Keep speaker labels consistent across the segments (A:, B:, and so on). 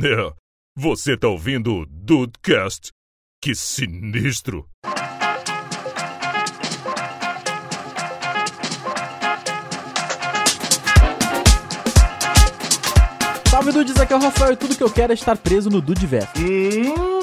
A: É, você tá ouvindo o Dudecast? Que sinistro!
B: Salve Dudes, aqui é o Rafael e tudo que eu quero é estar preso no Dudiverso.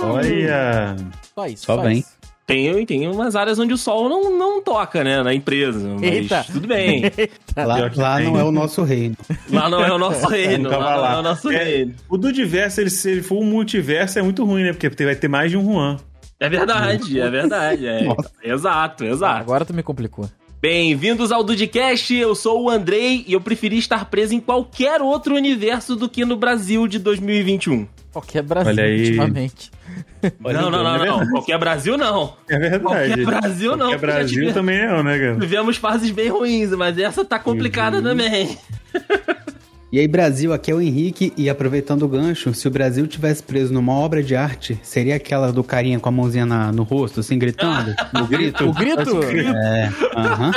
C: Olha!
B: Só isso,
C: Só bem.
B: isso.
D: Tem, tem umas áreas onde o sol não, não toca, né? Na empresa. Mas
B: Eita.
D: tudo bem.
C: Pior
E: Lá,
C: que
E: lá
C: tem.
E: não é o nosso reino.
D: Lá não é o nosso reino.
C: Então
D: lá
C: vai lá.
D: não é o nosso
C: É.
D: reino.
C: O Dudiverso, ele, se ele for um multiverso, é muito ruim, né? Porque vai ter mais de um Juan.
D: É verdade, é verdade. é. Exato, exato.
B: Agora tu me complicou.
D: Bem-vindos ao Dudcast, eu sou o Andrei e eu preferi estar preso em qualquer outro universo do que no Brasil de 2021.
B: Qualquer é Brasil
C: Olha aí.
B: ultimamente.
D: não, não, não, não, Qualquer Brasil não.
C: né? É verdade.
D: Qualquer Brasil não,
C: Qualquer
D: porque já
C: Brasil
D: tive-
C: também Uhum. é, né, cara?
D: Tivemos fases bem ruins, mas essa tá complicada também.
E: E aí, Brasil, aqui é o Henrique, e aproveitando o gancho, se o Brasil tivesse preso numa obra de arte, seria aquela do carinha com a mãozinha na- no rosto, assim, gritando? No grito?
B: O grito?
E: É, aham.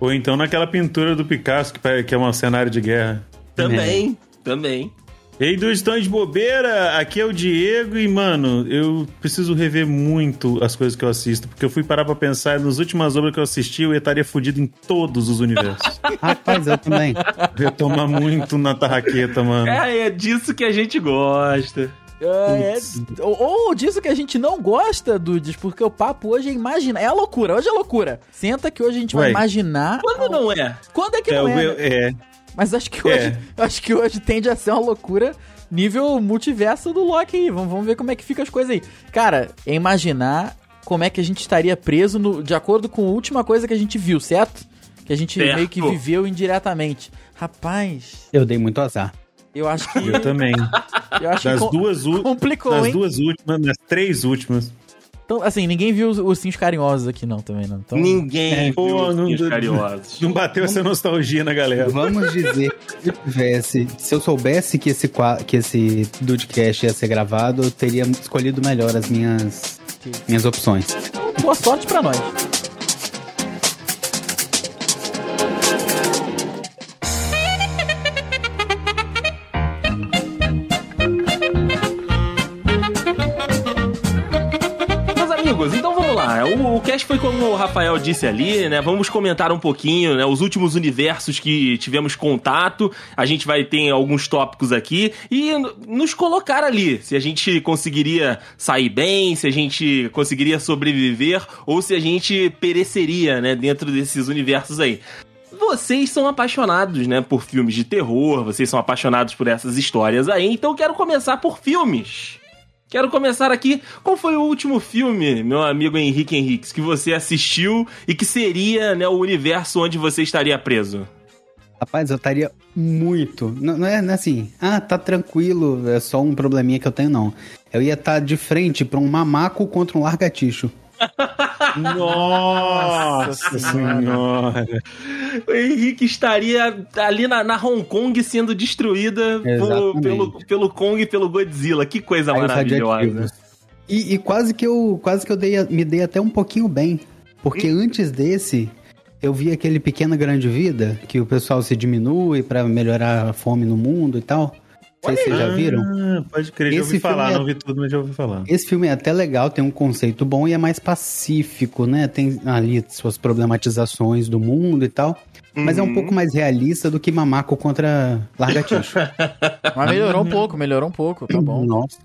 C: Ou então naquela pintura do Picasso, que pa- que é um cenário de guerra.
D: Também, também.
C: Ei, do Estão de Bobeira, aqui é o Diego e, mano, eu preciso rever muito as coisas que eu assisto, porque eu fui parar pra pensar nas últimas obras que eu assisti, eu estaria fudido em todos os universos.
E: Rapaz, eu também.
C: eu ia tomar muito na tarraqueta, mano.
D: É, é disso que a gente gosta.
B: É, é- ou, ou disso que a gente não gosta, Dudes, porque o papo hoje é imaginar. É a loucura, hoje é loucura. Senta que hoje a gente vai
C: Ué.
B: imaginar.
D: Quando não é?
B: Quando é que
C: É,
B: não
C: o
B: é?
C: meu-
B: né?
C: é.
B: Mas acho que hoje, acho que hoje tende a ser uma loucura nível multiverso do Loki aí. Vamos, vamos ver como é que fica as coisas aí. Cara, é imaginar como é que a gente estaria preso no- de acordo com a última coisa que a gente viu, certo? Que a gente
D: Certo.
B: meio que viveu indiretamente. Rapaz,
E: Eu dei muito azar.
B: eu acho que.
C: Eu também.
B: Eu acho Hum. que
C: Das
B: com-
C: duas, u-
B: complicou,
C: das
B: hein?
C: duas últimas, das três últimas.
B: Então, assim, ninguém viu os ursinhos carinhosos aqui, não, também, não. Então,
D: Ninguém
C: É, pô,
D: viu
C: não-
D: os
C: não-
D: carinhosos.
C: Não bateu essa nostalgia na galera.
E: Vamos dizer, se eu tivesse, se eu soubesse que esse, qua- que esse Dudecast ia ser gravado, eu teria escolhido melhor as minhas, minhas opções.
B: boa sorte pra nós.
D: Meus amigos, então vamos lá. O, o cast foi como o Rafael disse ali, né? Vamos comentar um pouquinho, né? Os últimos universos que tivemos contato. A gente vai ter alguns tópicos aqui e n- nos colocar ali se a gente conseguiria sair bem, se a gente conseguiria sobreviver ou se a gente pereceria, né? Dentro desses universos aí. Vocês são apaixonados, né, por filmes de terror, vocês são apaixonados por essas histórias aí, então eu quero começar por filmes. Quero começar aqui. Qual foi o último filme, meu amigo Henrique Henriques, que você assistiu e que seria né, o universo onde você estaria preso?
E: Rapaz, eu estaria muito. Não, não é não é assim, ah, tá tranquilo, é só um probleminha que eu tenho, não. Eu ia estar de frente pra um mamaco contra um largaticho.
C: Nossa senhora.
D: O Henrique estaria ali na, na Hong Kong sendo destruída pelo,
E: Exatamente.
D: pelo, pelo Kong e pelo Godzilla. Que coisa
E: Aí eu saí de
D: maravilhosa.
E: ativos. E, e quase que eu, quase que eu dei, a- me dei até um pouquinho bem. Porque antes desse, eu vi aquele Pequena Grande Vida, que o pessoal se diminui pra melhorar a fome no mundo e tal. Não sei se vocês já viram.
C: Ah, pode crer, já
E: Esse
C: ouvi falar.
E: filme é-
C: Não vi tudo, mas já ouvi falar.
E: Esse filme é até legal, tem um conceito bom e é mais pacífico, né? Tem ali suas problematizações do mundo e tal. Mas é um
D: Uhum.
E: pouco mais realista do que Mamaco contra Largatixa.
B: Mas melhorou um pouco, melhorou um pouco, tá bom.
E: Nossa.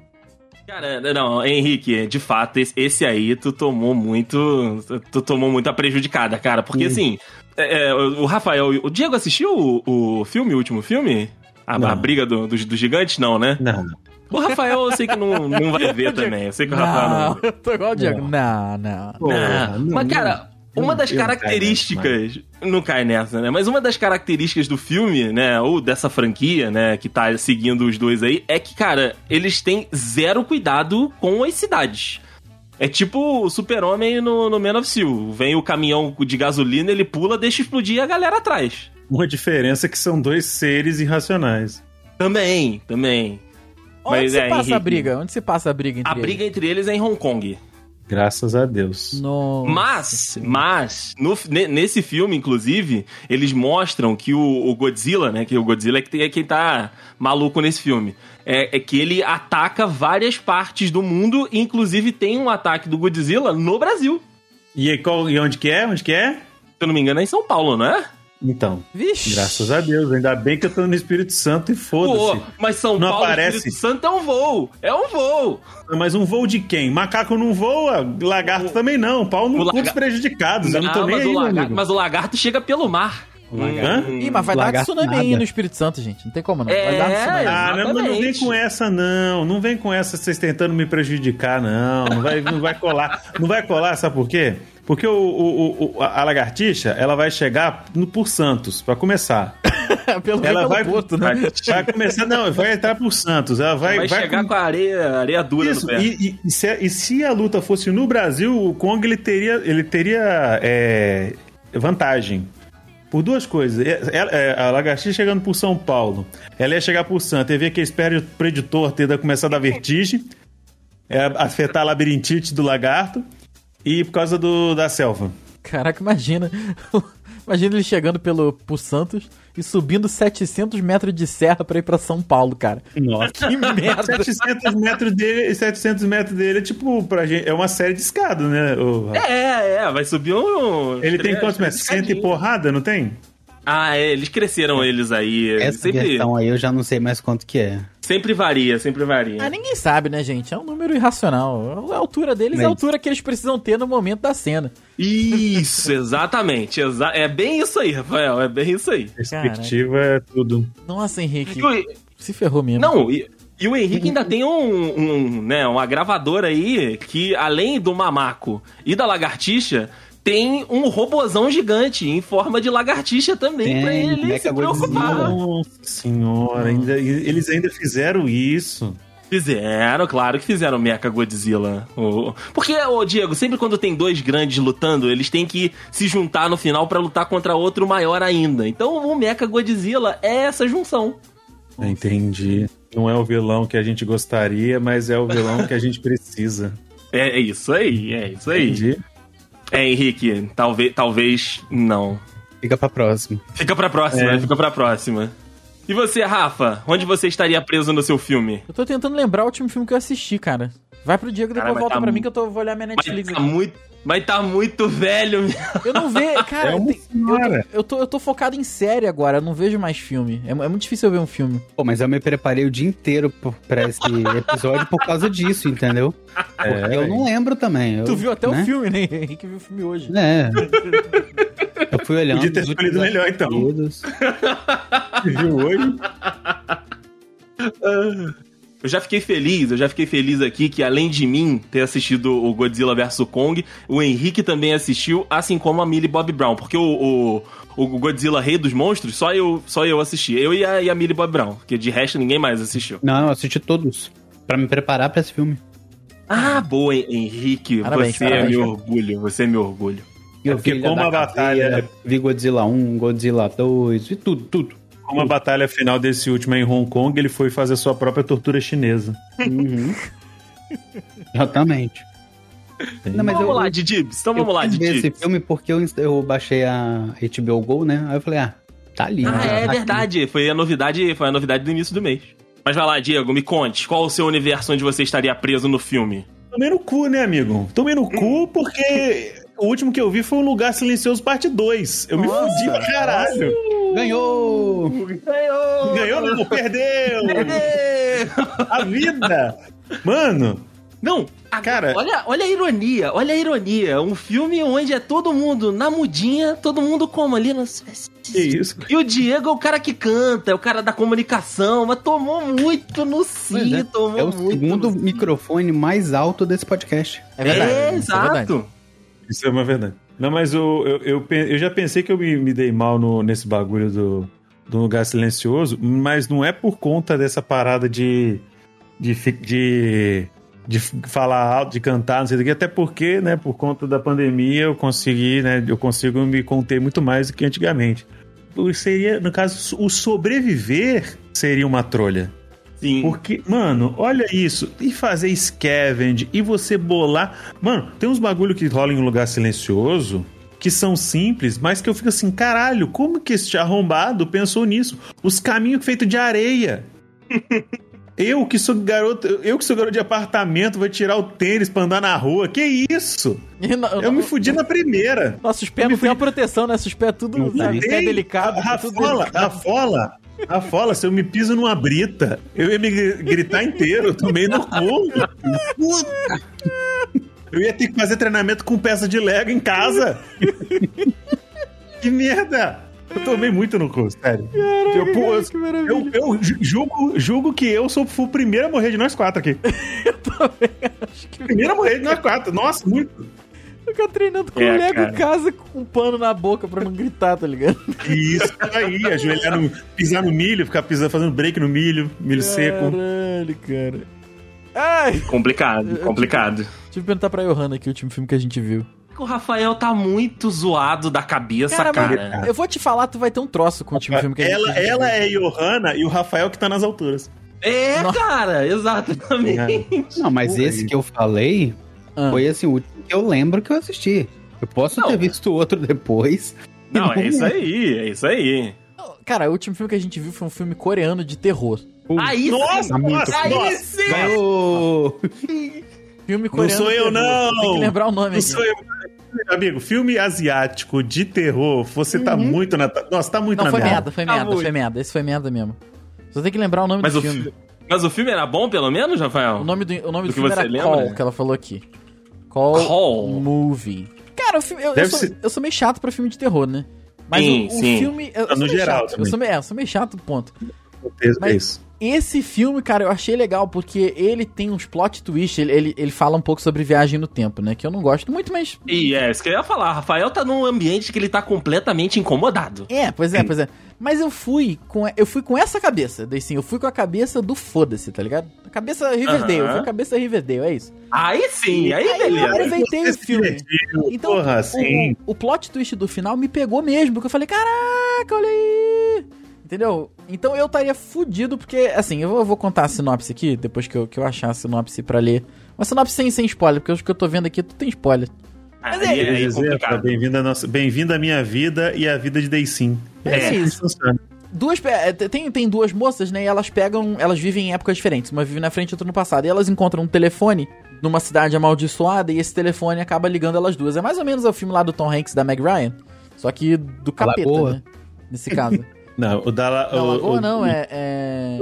D: Cara, não, Henrique, de fato, esse- esse aí tu tomou muito. Tu tomou muito a prejudicada, cara. Porque assim, é, é, o o Rafael. O Diego assistiu o, o filme, o último filme? A,
C: Não.
D: a briga do- dos, dos gigantes? Não, né?
C: Não.
D: O Rafael eu sei que não, não vai ver também. Eu sei que o Rafael não.
B: Não, eu tô igual o Diego. Não, não.
C: Porra, não,
D: É. Ah, Mas, cara,
C: não,
D: uma das
C: eu não caio
D: características. Não cai nessa, né? Mas uma das características do filme, né? Ou dessa franquia, né? Que tá seguindo os dois aí, é que, cara, eles têm zero cuidado com as cidades. É tipo o super-homem no, no Man of Steel. Vem o caminhão de gasolina, ele pula, deixa explodir e a galera atrás.
C: Uma diferença é que são dois seres irracionais.
D: Também, também.
B: Onde
D: Mas
B: se
D: é,
B: passa a
D: Henrique.
B: briga? Onde se passa a briga entre
D: A briga entre eles é em Hong Kong.
C: Graças a Deus.
B: Nossa.
D: é Mas, mas, no- ne- nesse filme, inclusive, eles mostram que o, o Godzilla, né? Que o Godzilla é, que, tem- é quem tá maluco nesse filme. É, é que ele ataca várias partes do mundo, e, inclusive tem um ataque do Godzilla no Brasil.
C: E, aí, qual- e onde que é? Onde que é?
D: Se eu não me engano, é em São Paulo, não é?
C: Então,
B: Vixe.
C: graças a Deus. Ainda bem que eu tô no Espírito Santo e
D: Pô,
C: foda-se.
D: mas São
C: Não
D: Paulo
C: aparece.
D: Espírito Santo é um voo. É um voo.
C: Mas um voo de quem? Macaco não voa, lagarto também não. Pau
D: O
C: no cu
D: laga-
C: dos prejudicados. Eu não tô nem
D: Ah, mas,
C: aí,
D: o
C: meu
D: lagarto,
C: amigo.
D: mas o lagarto chega pelo mar.
C: Hã?
B: Ih, mas vai dar
E: Lagarto
B: tsunami
E: nada.
B: aí no Espírito Santo, gente. Não tem como, não. Vai
D: É,
B: dar tsunami.
D: ah,
C: Ah, não, mas não vem
D: Exatamente.
C: com essa, não. Não vem com essa, vocês tentando me prejudicar, não. Não vai, não vai colar. Não vai colar, sabe por quê? Porque o, o- o- o- a a lagartixa, ela vai chegar no, por Santos, pra começar.
B: pelo menos
C: Ah, Ela
B: pelo
C: vai,
B: Porto, né?
C: vai começar, não, vai entrar por Santos. Ela vai,
D: Vai,
C: vai,
D: chegar com a areia, areia dura
C: Isso,
D: no pé.
C: e, e- e se, a- e se a luta fosse no Brasil, o Kong ele teria, ele teria é, vantagem. Por duas coisas. É- é- é, a lagartixa chegando por São Paulo. Ela ia chegar por Santa. Ia ver que espera o preditor ter da- começado a vertigem. é, afetar a labirintite do lagarto. E por causa do, da selva.
B: Caraca, imagina. imagina ele chegando pelo, por Santos e subindo 700 metros de serra pra ir pra São Paulo, cara.
C: Nossa.
B: Que merda.
C: 700 metros dele, 700 metros dele é tipo, pra gente, é uma série de escada, né? o-
D: É, é, vai subir um.
C: ele tem
D: três-
C: quantos metros? Cento e
D: escadinha.
C: porrada, não tem?
D: Ah, é, eles cresceram eles aí. Eles
E: Essa
D: Sempre,
E: versão aí eu já não sei mais quanto que é.
D: sempre varia, sempre varia.
B: Ah, ninguém sabe, né, gente? É um número irracional. A altura deles é a
E: Mas-
B: altura que eles precisam ter no momento da cena.
D: Isso, exatamente. exa- é bem isso aí, Rafael. É bem isso aí.
C: Perspectiva é tudo.
B: Nossa, Henrique.
D: E o-
B: Se ferrou mesmo.
D: Não, e, e o Henrique ainda tem um, um, né, uma gravadora aí que, além do mamaco e da lagartixa, tem um robozão gigante em forma de lagartixa também
E: Tem,
D: pra ele se
E: Mechagodzilla.
D: preocupar.
C: Nossa senhora, ainda, e- eles ainda fizeram isso.
D: Fizeram, claro que fizeram Mecha Godzilla. Ô, Porque, ô Diego, sempre quando tem dois grandes lutando, eles têm que se juntar no final pra lutar contra outro maior ainda. Então o Mecha Godzilla é essa junção.
C: Entendi. Não é o vilão que a gente gostaria, mas é o vilão que a gente precisa.
D: É, é isso aí, é isso aí.
C: Entendi.
D: É, Henrique, talvez, talvez não.
E: Fica pra próxima.
D: Fica pra próxima,
C: É.
D: fica pra próxima. E você, Rafa, onde você estaria preso no seu filme?
B: Eu tô tentando lembrar o último filme que eu assisti, cara. Vai pro Diego, depois
D: Cara, mas
B: volta
D: tá
B: pra
D: mu-
B: mim que eu tô, vou olhar minha
D: Mas
B: Netflix
D: tá
B: aqui.
D: muito, mas tá muito velho. mesmo.
B: Eu não vejo. Cara,
C: É uma
B: tem- eu,
C: senhora.
B: tô, eu, tô, eu tô focado em série agora, eu não vejo mais filme. É, mu- é muito difícil eu ver um filme.
E: Pô, mas eu me preparei o dia inteiro por- pra esse episódio por causa disso, entendeu?
C: É,
E: Porque Ah, eu não lembro também. eu-
B: tu viu até
E: né?
B: o filme, né? Henrique viu o filme hoje.
E: É. Eu fui olhando.
C: Podia ter
E: os
C: escolhido
E: últimos
C: melhor, então.
E: episódios.
C: Você viu hoje?
D: Eu já fiquei feliz, eu já fiquei feliz aqui que além de mim ter assistido o Godzilla vs Kong, o Henrique também assistiu, assim como a Millie Bob Brown, porque o, o, o Godzilla Rei dos Monstros, só eu, só eu assisti, eu e a, e a Millie Bob Brown, porque de resto ninguém mais assistiu.
E: Não, eu assisti todos. Pra me preparar pra esse filme.
D: Ah, boa, Hen- Henrique,
B: Parabéns,
D: você
B: parabéns,
D: é meu
B: cara.
D: orgulho, você é meu orgulho.
E: Eu
C: porque
E: vi Ilha
C: como
E: da
C: a batalha-
E: Caveira, Vi Godzilla 1, Godzilla 2, vi tudo, tudo.
C: Como a batalha final desse último é em Hong Kong, ele foi fazer sua própria tortura chinesa.
E: Uhum. Exatamente. Não, mas
D: vamos
E: eu-
D: lá, Didibs, então vamos
E: eu
D: lá,
E: quis ver esse
D: Didibs.
E: filme porque eu, eu baixei a HBO Go, né? Aí eu falei, ah, tá ali. né?
D: Ah, é
E: Tá aqui.
D: verdade. Foi a novidade, foi a novidade do início do mês. Mas vai lá, Diego, me conte, qual o seu universo onde você estaria preso no filme?
C: Tomei no cu, né, amigo? Tomei no cu porque o último que eu vi foi o Lugar Silencioso Parte 2. Eu me fudi pra caralho.
E: Ganhou!
C: Ganhou, não, perdeu. A vida. Mano,
D: Não,
C: Cara-
D: olha, olha a ironia, olha a ironia. Um filme onde é todo mundo na mudinha, todo mundo como ali no...
C: que isso?
D: E o Diego é o cara que canta, é o cara da comunicação, mas tomou muito no
E: Pois
D: si,
E: é,
D: tomou
E: É o
D: muito
E: segundo
D: no si.
E: microfone mais alto desse podcast.
B: É
D: É,
B: isso é verdade.
D: exato.
C: Isso é uma verdade. Não, mas o- eu, eu, pe- eu já pensei que eu me, me dei mal no- nesse bagulho do, do lugar silencioso, mas não é por conta dessa parada de. de. fi- de, de f- falar alto, de cantar, não sei do que, até porque, né, por conta da pandemia eu consegui, né, eu consigo me conter muito mais do que antigamente. O- Seria, no caso, o sobreviver seria uma trolha.
D: Sim.
C: Porque, mano, olha isso. E fazer scavenge, e você bolar. Mano, tem uns bagulho que rola em um lugar silencioso que são simples, mas que eu fico assim, caralho, como que este arrombado pensou nisso? Os caminhos feitos de areia. eu que sou garoto, eu que sou garoto de apartamento, vou tirar o tênis pra andar na rua. Que isso?
B: E no-
C: Eu me fudi na primeira.
B: Nossos pés
C: eu me
B: não tem
C: fui-
B: uma proteção, né? Nossos pés tudo, sabe? Pé
C: Tem.
B: delicado. tá
C: Ah,
B: tudo
C: Rafola,
B: delicado.
C: Rafola, Rafola, se eu me piso numa brita, eu ia me gri- gritar inteiro, eu tomei no cu. Puta. Eu ia ter que fazer treinamento com peça de Lego em casa. que merda! Eu tomei muito no cu, sério. eu, pô, eu-
B: que maravilha.
C: eu, eu ju- julgo, julgo que eu sou fui o primeiro a morrer de nós quatro aqui.
B: Acho que
C: Primeiro a morrer de nós quatro. Nossa, muito.
B: fica treinando com
D: É,
B: o Lego
D: cara.
B: em casa com um pano na boca pra não gritar, tá ligado?
C: Isso aí, ajoelhar no. pisar no milho, ficar pisando, fazendo break no milho, milho seco.
B: Caralho, cara. Ai!
D: Complicado, complicado.
B: Deixa eu perguntar pra Johanna aqui o último filme que a gente viu.
D: O Rafael tá muito zoado da cabeça, cara.
B: mas eu vou te falar, tu vai ter um troço com o último filme que a gente
C: né? Ela,
B: que a gente
C: ela
B: viu.
C: é Johanna e o Rafael que tá nas alturas.
D: É,
B: Nossa.
D: cara, exatamente.
E: Não, mas esse que eu falei
B: Ah.
E: foi assim, o último que eu lembro que eu assisti. Eu posso
D: Não.
E: ter visto outro depois.
D: Não, é isso aí, é isso aí.
B: Cara, o último filme que a gente viu foi um filme coreano de terror.
D: Aí sim,
E: tá muito
D: aí
C: nossa.
D: sim.
E: Ganhou!
B: Filme coreano.
C: sou
B: de terror.
C: eu, não!
B: Tem que lembrar o nome
C: Não
B: aqui.
C: sou eu. Amigo, filme asiático de terror, você tá muito na. Nossa, tá muito
B: Uhum. Não,
C: na
B: foi
C: merda.
B: merda, foi
D: Tá
B: merda,
D: muito.
B: foi merda. Esse foi merda mesmo. Só tem que lembrar o nome
D: Mas
B: do
D: o,
B: filme.
D: fi- mas o filme era bom, pelo menos, Rafael?
B: O nome do, o nome do,
D: Do que
B: filme
D: você
B: era
D: lembra?
B: Call, que ela falou aqui. Call,
D: Call.
B: Movie. Cara, o filme, eu, eu
C: Deve
B: sou,
C: ser-
B: eu sou meio chato pra filme de terror, né? Mas
D: Sim,
B: o, o
D: sim.
B: filme. Eu, eu
C: no
B: sou meio
C: geral
B: chato. Eu
C: também.
B: sou, meio- é, eu sou meio chato, ponto.
C: É
B: Mas-
C: isso.
B: Esse filme, cara, eu achei legal, porque ele tem uns plot twist, ele, ele, ele fala um pouco sobre viagem no tempo, né? Que eu não gosto muito, mas.
D: E é isso que eu ia falar. Rafael tá num ambiente que ele tá completamente incomodado.
B: É, pois é, pois é. Mas eu fui com eu fui com essa cabeça, daí sim, eu fui com a cabeça do foda-se, tá ligado? A cabeça Riverdale, eu fui com a cabeça Riverdale, é isso.
D: Aí sim, aí
B: eu
D: beleza.
B: aproveitei o filme. Então, é.
C: Então, Porra,
B: o-
C: sim.
B: o, o plot twist do final me pegou mesmo, porque eu falei, caraca, olha aí! Entendeu? Então eu estaria fudido, porque, assim, eu vou, eu vou contar a sinopse aqui, depois que eu, que eu achar a sinopse pra ler. Uma sinopse sem, sem spoiler, porque os que eu tô vendo aqui tu tem spoiler.
D: Aí, aí
C: Quer
D: é
C: dizer,
D: complicado.
C: Bem-vindo à nossa- bem-vindo à minha vida e à vida de Daysim.
B: Mas é,
D: É.
B: isso. Duas, pe- é, tem, tem duas moças, né? E elas pegam. Elas vivem em épocas diferentes. Uma vive na frente e outra no passado. E elas encontram um telefone numa cidade amaldiçoada. E esse telefone acaba ligando elas duas. É mais ou menos o filme lá do Tom Hanks e da Meg Ryan. Só que do capeta,
E: Lagoa.
B: né? Nesse caso.
C: Não, o da la-
B: Não,
C: o-
B: Lagoa
C: o-
B: não, é. é...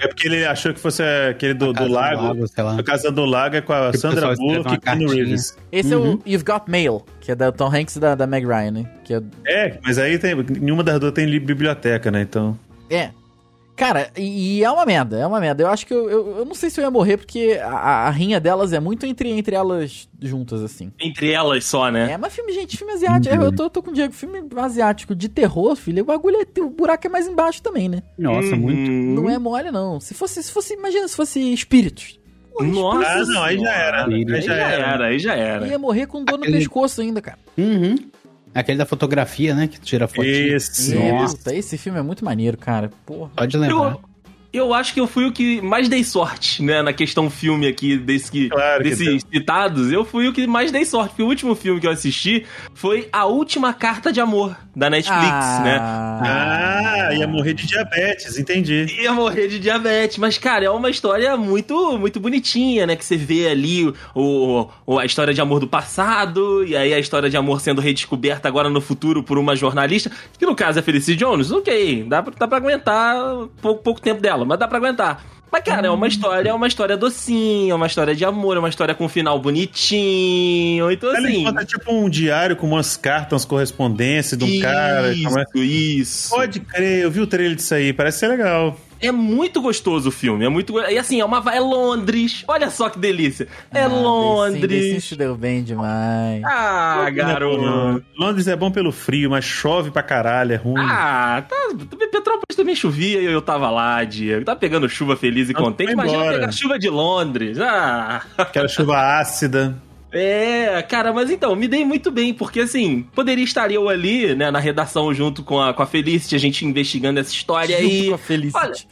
C: É porque ele achou que fosse aquele do, do
E: Casa
C: Lago.
E: sei lá.
C: A Casa do Lago é com a
E: Que o pessoal
C: Sandra
E: escreve
C: Bullock
E: uma
C: e Keanu
E: cartinha.
C: Reeves.
B: Esse é o You've Got Mail, que é da Tom Hanks e da, da Meg Ryan, né? Que é
C: É, mas aí tem, nenhuma das duas tem li- biblioteca, né? Então.
B: É. Cara, e, e é uma merda, é uma merda. Eu acho que eu, eu, eu não sei se eu ia morrer, porque a- a, a rinha delas é muito entre, entre elas juntas, assim.
D: Entre elas só, né?
B: É, mas filme, gente, filme asiático. Eu, eu tô, tô com o Diego, filme asiático de terror, filho, o bagulho é. O buraco é mais embaixo também, né?
E: Nossa, muito.
D: Hum,
B: Não é mole, não. Se fosse, se fosse, imagina se fosse espíritos. Porra,
D: Nossa,
C: Ah, não, aí já era.
E: Senhora.
C: Aí
D: já
C: já era.
D: era, aí já era.
B: espírito ia morrer com dor no
E: Aquele-
B: pescoço ainda, cara.
E: Uhum. Aquele da fotografia, né? Que tira foto.
C: Esse.
E: Nossa.
B: Puta, esse filme é muito maneiro, cara. Porra.
E: Pode
C: é,
E: lembrar.
C: né?
D: Eu, eu acho que eu fui o que mais dei sorte, né? Na questão filme aqui, desse que,
C: Claro que
D: desses citados, eu fui o que mais dei sorte. Porque o último filme que eu assisti foi A Última Carta de Amor, da Netflix, né?
C: Ah, ia morrer de diabetes, entendi.
D: Ia morrer de diabetes, mas, cara, é uma história muito muito bonitinha, né? Que você vê ali o, o- a história de amor do passado, e aí a história de amor sendo redescoberta agora no futuro por uma jornalista, que no caso é Felicity Jones, ok, dá pra, dá pra aguentar pouco, pouco tempo dela, mas dá pra aguentar. Mas, cara, é
C: Hum.
D: uma história, é uma história docinha, é uma história de amor, é uma história com um final bonitinho, então
C: Ela
D: assim...
C: encontra tipo um diário com umas cartas, umas correspondências de um cara. e tal, mas-
D: Isso, isso.
C: Pode crer, eu vi o trailer disso aí, parece ser legal.
D: É muito gostoso o filme, é muito go- e assim é uma va- é Londres. Olha só que delícia, é
B: Ah, Desse- Desse
D: Londres.
B: se deu bem demais.
D: Ah, garoto.
C: é Londres é bom pelo frio, mas chove pra caralho, é ruim.
D: Ah, tá, também- Petrópolis também chovia e eu tava lá, Diego. Tá pegando
B: Ah,
D: chuva feliz e
C: Mas
D: contente.
C: foi
D: Imagina
C: embora.
D: pegar chuva de Londres. Ah,
C: Aquela chuva ácida.
D: É, cara, mas então, me dei muito bem, porque assim, poderia estar eu ali, né, na redação junto com a, com a Felicity, a gente investigando essa história Ah, aí.
B: com a Felicity.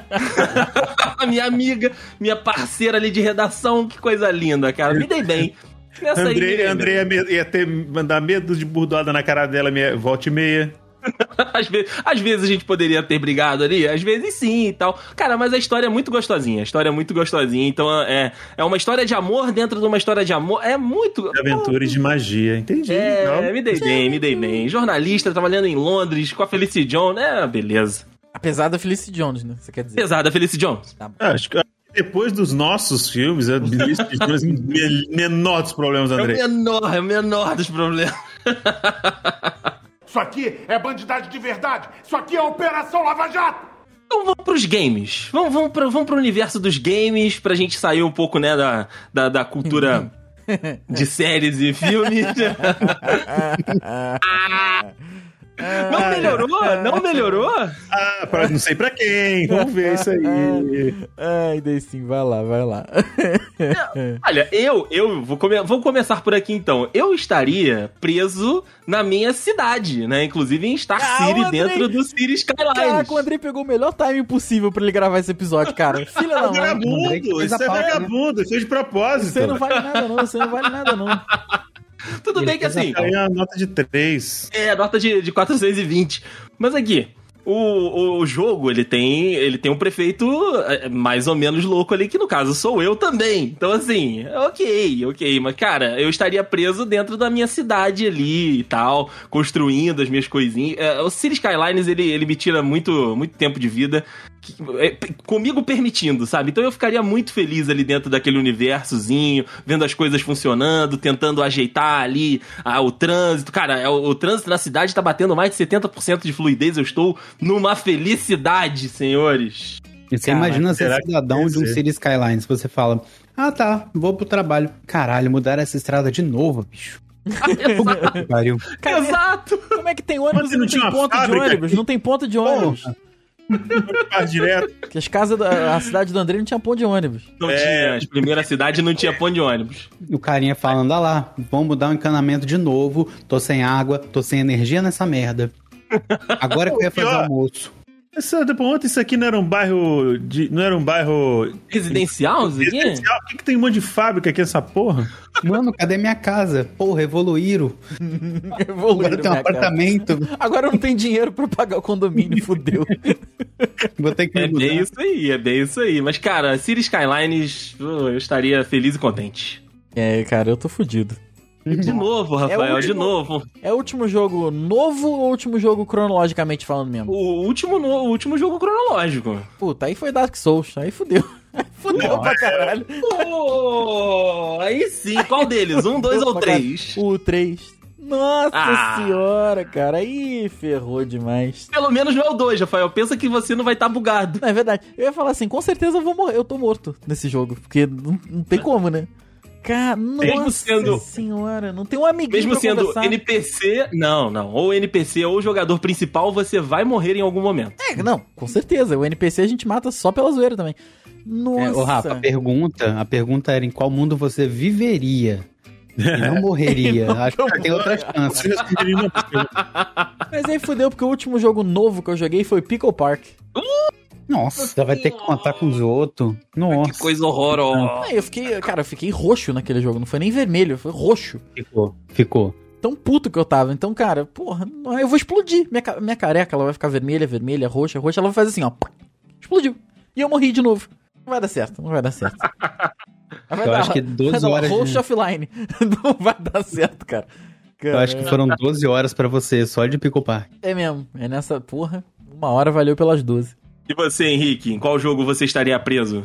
D: a minha amiga, minha parceira ali de redação, que coisa linda, cara. Me dei bem. Nessa aí, me dei
C: Andrei,
D: bem.
C: Andrei ia, me- ia ter, mandar medo de burdoada na cara dela, meia, volta e meia.
D: Às ve- às vezes, a gente poderia ter brigado ali, às vezes sim e tal. Cara, mas a história é muito gostosinha. A história é muito gostosinha. Então é, é uma história de amor dentro de uma história de amor. É muito.
C: De aventuras de magia, entendi. legal.
D: É, me dei bem, me dei bem. Jornalista, trabalhando em Londres com a Felicity Jones. É, beleza.
B: Apesar da Felicity Jones, né? Você quer dizer?
D: Pesada, Felicity Jones.
C: Ah, acho que depois dos nossos filmes, é o menor dos problemas,
D: É o
C: Andrei.
D: menor, é o menor dos problemas.
F: Isso aqui é bandidagem de verdade. Isso aqui é Operação Lava Jato.
D: Então vamos pros games. Vamos, vamos, pro, vamos pro universo dos games, pra gente sair um pouco, né, da, da, da cultura de séries e filmes. não melhorou? Não melhorou?
C: Ah, pra, não sei pra quem, vamos ver isso
E: É.
C: aí.
B: Ai, dei sim, vai lá, vai lá.
D: Olha, eu, eu vou, come- vou começar por aqui então. Eu estaria preso na minha cidade, né? Inclusive em Star
B: Ah,
D: City,
B: o Andrei-
D: dentro do City Skylines.
B: Caraca, o Andrei pegou o melhor timing possível pra ele gravar esse episódio, cara. Filha da mãe.
E: Andrei que
C: Vagabundo,
E: fez
C: isso
E: a
C: é
E: pauta, né?
C: vagabundo, isso é de
B: Você não
C: propósito.
B: vale nada, não. Você não vale nada, não.
D: Tudo
E: Ele
D: bem que
E: fez a
D: assim.
C: Aí é uma nota de três.
D: É, nota de, de 420. Mas aqui, o, o, o jogo, ele tem ele tem um prefeito eh, mais ou menos louco ali, que no caso sou eu também. Então, assim, ok, ok. Mas, cara, eu estaria preso dentro da minha cidade ali e tal, construindo as minhas coisinhas. Eh, O City Skylines, ele, ele me tira muito, muito tempo de vida. que- eh, p- Comigo permitindo, sabe? Então eu ficaria muito feliz ali dentro daquele universozinho, vendo as coisas funcionando, tentando ajeitar ali ah, o trânsito. Cara, é, o, o trânsito na cidade tá batendo mais de 70% de fluidez. Eu estou numa felicidade, senhores.
E: E você
B: Cara,
E: imagina ser
C: será que
E: cidadão
C: quer
E: de um
C: dizer?
E: City Skylines. Você fala, ah tá, vou pro trabalho. Caralho, mudaram essa estrada de novo, bicho.
D: Exato,
B: É.
E: Que pariu.
B: Cara,
D: Exato!
B: Como é que tem ônibus
C: Mas
B: e não,
C: não tinha
B: tem
C: uma
B: ponto de
C: fábrica
B: ônibus? Não tem ponto de ônibus.
C: Faz direto.
B: Porque as casas da a cidade do André não tinha ponto de ônibus.
D: Não
C: É.
D: tinha. As primeiras cidades não tinha pão de ônibus.
E: E o carinha falando, ah lá, vão mudar o encanamento de novo. Tô sem água, tô sem energia nessa merda. Agora que eu ia fazer
C: pior-
E: almoço.
C: Essa, depois, ontem isso aqui não era um bairro. de- não era um bairro.
D: Residencial, isso aqui?
C: residencial? Por que, que tem um monte de fábrica aqui, essa porra?
E: Mano, cadê minha casa? Porra, evoluíram. Agora
B: Evoluíram,
E: tem um
B: né, cara?
E: apartamento.
B: Agora não tem dinheiro pra pagar o condomínio, fudeu.
E: Vou ter que
D: É
E: me mudar.
D: bem isso aí, é bem isso aí. Mas, cara, City Skylines, uh, eu estaria feliz e contente.
B: É, cara, eu tô fudido.
D: De novo, Rafael,
B: Uhum. É o
D: de
B: último-
D: novo.
B: É o último jogo novo ou o último jogo cronologicamente falando mesmo?
D: O último, no- o último jogo cronológico.
B: Puta, aí foi Dark Souls, aí fudeu. Aí fudeu pra caralho.
D: Pô, aí sim. Qual deles? Um, dois
B: Fudeu
D: ou
B: pra caralho.
D: três?
B: O 3. Nossa
D: Ah.
B: senhora, cara, aí ferrou demais.
D: Pelo menos não é o dois, Rafael. Pensa que você não vai estar bugado.
B: Não, é verdade. Eu ia falar assim, com certeza eu vou morrer. Eu tô morto nesse jogo. Porque não, não tem como, né? Cara, nossa
D: sendo-
B: senhora, não tem um amiguinho
D: Mesmo
B: pra
D: sendo
B: conversar.
D: NPC, não, não. Ou NPC ou jogador principal, você vai morrer em algum momento.
B: É, não, com certeza. O NPC a gente mata só pela zoeira também. Nossa.
E: É, ô, Rafa, a pergunta, a pergunta era em qual mundo você viveria? E não morreria. Acho que tem outra chance.
C: Você responde nenhuma pergunta.
B: Mas aí fudeu, porque o último jogo novo que eu joguei foi Pickle Park.
E: Nossa, vai ter que contar com os outros. Nossa.
D: Que coisa horrorosa.
B: Aí eu fiquei, cara, eu fiquei roxo naquele jogo. Não foi nem vermelho, foi roxo.
E: Ficou. Ficou.
B: Tão puto que eu tava. Então, cara, porra, não- é, eu vou explodir. Minha, ca- minha careca, ela vai ficar vermelha, vermelha, roxa, roxa. Ela vai fazer assim, ó. pá, Explodiu. E eu morri de novo. Não vai dar certo, não vai dar certo. Vai
E: Eu
B: dar-
E: acho que
B: vai
E: 12
B: dar
E: horas.
B: Roxo
E: de-
B: offline. Não vai dar certo, cara.
E: Eu acho que foram 12 horas pra você, só de picopar.
B: É mesmo. É nessa porra. Uma hora valeu pelas 12.
D: E você, Henrique, em qual jogo você estaria preso?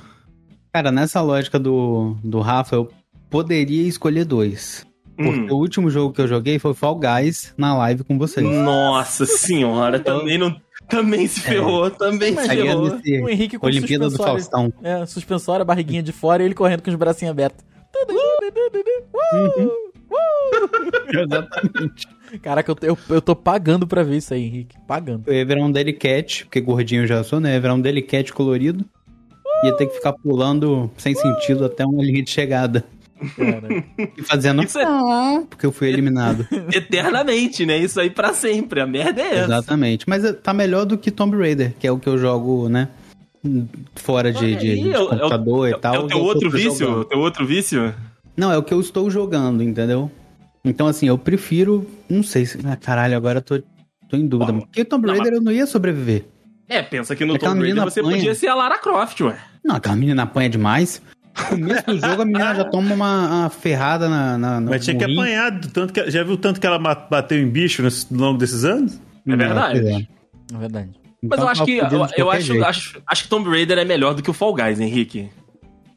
E: Cara, nessa lógica do, do Rafa, eu poderia escolher dois.
D: Hum.
E: Porque o último jogo que eu joguei foi Fall Guys na live com vocês.
D: Hum. Nossa senhora, também não. Também se ferrou, também se
E: Aí é
D: ferrou.
E: nesse
B: O um Henrique com
E: Olimpíada do
B: suspensório.
E: Faustão.
B: É, suspensório, a barriguinha de fora e ele correndo com os bracinhos abertos.
E: Exatamente.
B: Caraca, eu, eu, eu tô pagando pra ver isso aí, Henrique. Pagando.
E: Eu ia virar um delicate, porque gordinho eu já sou, né? Eu ia virar um delicate colorido. Ia ter que ficar pulando sem sentido até uma linha de chegada. E fazendo.
D: Isso é-
E: "Ah", Porque eu fui eliminado.
D: Eternamente, né? Isso aí pra sempre. A merda é essa.
E: Exatamente. Mas eh, tá melhor do que Tomb Raider, que é o que eu jogo, né? Fora de, de-
D: Aí
E: de
D: é o- é o-
E: computador
D: é
E: e tal.
D: o teu
E: eu tô
D: outro
E: jogando.
D: vício? O teu outro vício?
E: Não, é o que eu estou jogando, entendeu? Então, assim, eu prefiro. Não sei se. Ah, caralho, agora eu tô, tô em dúvida.
D: Bom,
E: Porque Tomb
D: não,
E: Raider eu não ia sobreviver.
D: É, pensa que no
E: Aquela
D: Tomb Raider
E: menina
D: você
E: apanha.
D: podia ser a Lara Croft, ué.
E: Não, aquela menina apanha demais. No começo do jogo, a menina já toma uma, uma ferrada na. na no-
C: Mas tinha
E: no
C: que
E: rim.
C: apanhar. do Tanto que, já viu o tanto que ela ma- bateu em bicho nesse- ao longo desses anos?
D: É verdade.
E: pois é.
B: Na verdade.
D: Mas
E: Então,
D: eu acho
E: tá
D: que.
E: fudido
D: Eu,
E: de
D: eu
E: qualquer
D: acho,
E: jeito.
D: acho, acho que Tomb Raider é melhor do que o Fall Guys, Henrique.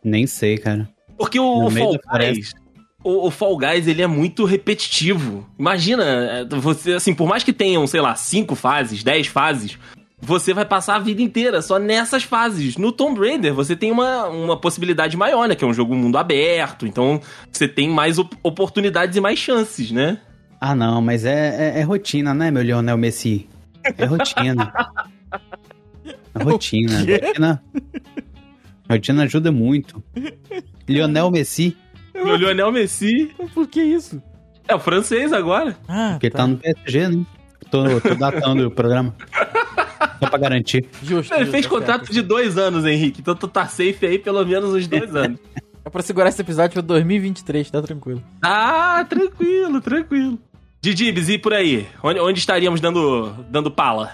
E: Nem sei, cara.
D: Porque o,
E: No meio
D: Fall
E: da floresta.
D: Guys. O, o Fall Guys, ele é muito repetitivo. Imagina, é, você, assim, por mais que tenham, sei lá, cinco fases, dez fases, você vai passar a vida inteira só nessas fases. No Tomb Raider, você tem uma, uma possibilidade maior, né? Que é um jogo mundo aberto, então você tem mais op- oportunidades e mais chances, né?
E: Ah, não, mas é, é- é rotina, né, meu Leonel Messi? É rotina. É rotina.
B: quê?
E: Rotina, rotina ajuda muito. Leonel Messi,
D: O Lionel Messi
B: Por que isso?
D: é o francês agora.
B: Ah,
E: porque tá no PSG, né? Tô, tô datando o programa. Só pra garantir.
B: Justo.
D: Não, ele
B: justo,
D: fez
B: tá
D: contrato
B: certo.
D: de dois anos, Henrique. Então tu tá safe aí pelo menos uns dois anos.
B: É pra segurar esse episódio pra 2023, tá tranquilo.
D: Ah, tranquilo, tranquilo. Didibs, e por aí? Onde, onde estaríamos dando, dando pala?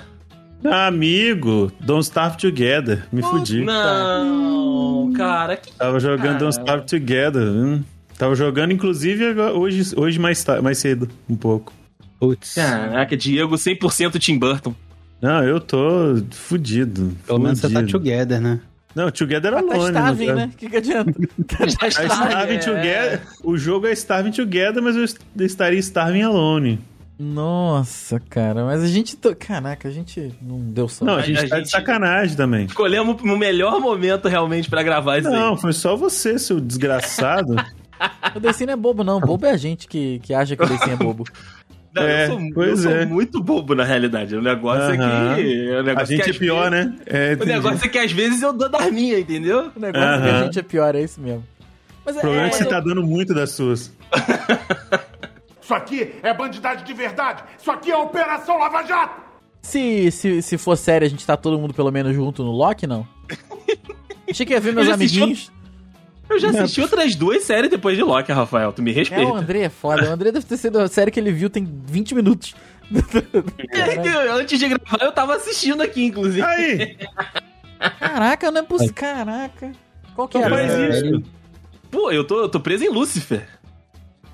C: Ah, amigo, Don't Starve Together. Me fudi.
D: Não, cara. Que...
C: Tava jogando
D: Ah.
C: Don't Starve Together. Hum. Tava jogando, inclusive, agora- hoje, hoje mais, ta- mais cedo, um pouco.
E: Putz,
D: Caraca, Diego 100% Tim Burton.
C: Não, eu tô fudido.
E: pelo menos você tá
C: fudido.
E: together, né?
C: Não, Together
B: Mas tá
C: Alone.
B: estável,
C: não
B: hein, né? É. O que, que adianta?
D: Já
C: Tá Starving Together. O jogo é Starving Together, mas eu est- estaria Starving Alone.
B: Nossa, cara, mas a gente. to- Caraca, a gente não deu
C: Não,
B: sorte.
C: a
D: Mas
C: gente
D: a
C: tá
D: gente-
C: de sacanagem também.
D: Escolhemos o melhor momento realmente pra gravar isso
C: Não,
D: aí.
C: foi só você, seu desgraçado.
B: O Decinho não é bobo, não. Bobo é a gente que, que acha que o Decinho é bobo.
D: Não,
C: É,
D: eu sou,
C: pois
D: eu sou
C: é.
D: muito bobo na realidade. O negócio é
C: Aham.
D: que. O negócio
C: a gente é
D: que às
C: pior,
D: vezes-
C: né? É,
D: O
C: entendi.
D: negócio é que às vezes eu dou da minha, entendeu?
B: O negócio é que a
C: Aham.
B: gente é pior, é isso mesmo. Mas
C: O problema é que você
B: eu-
C: tá dando muito das suas.
F: Isso aqui é bandidagem de verdade. Isso aqui é Operação Lava Jato.
B: se, se, se for sério, a gente tá todo mundo pelo menos junto no Loki, não? Achei que ia ver meus
D: Ele assistiu-
B: amiguinhos.
D: Eu
C: É.
D: já assisti outras duas séries depois de Loki, Rafael. Tu me
B: É, o
D: respeita.
B: André é foda. O André deve ter sido a série que ele viu tem 20 minutos. Caraca,
D: Antes de gravar, eu tava assistindo aqui, inclusive.
C: Aí,
B: Caraca, não é possível. Caraca. Qual que
C: não
B: era?
C: faz
E: É.
C: isso.
D: Pô, eu tô, eu tô preso em Lúcifer.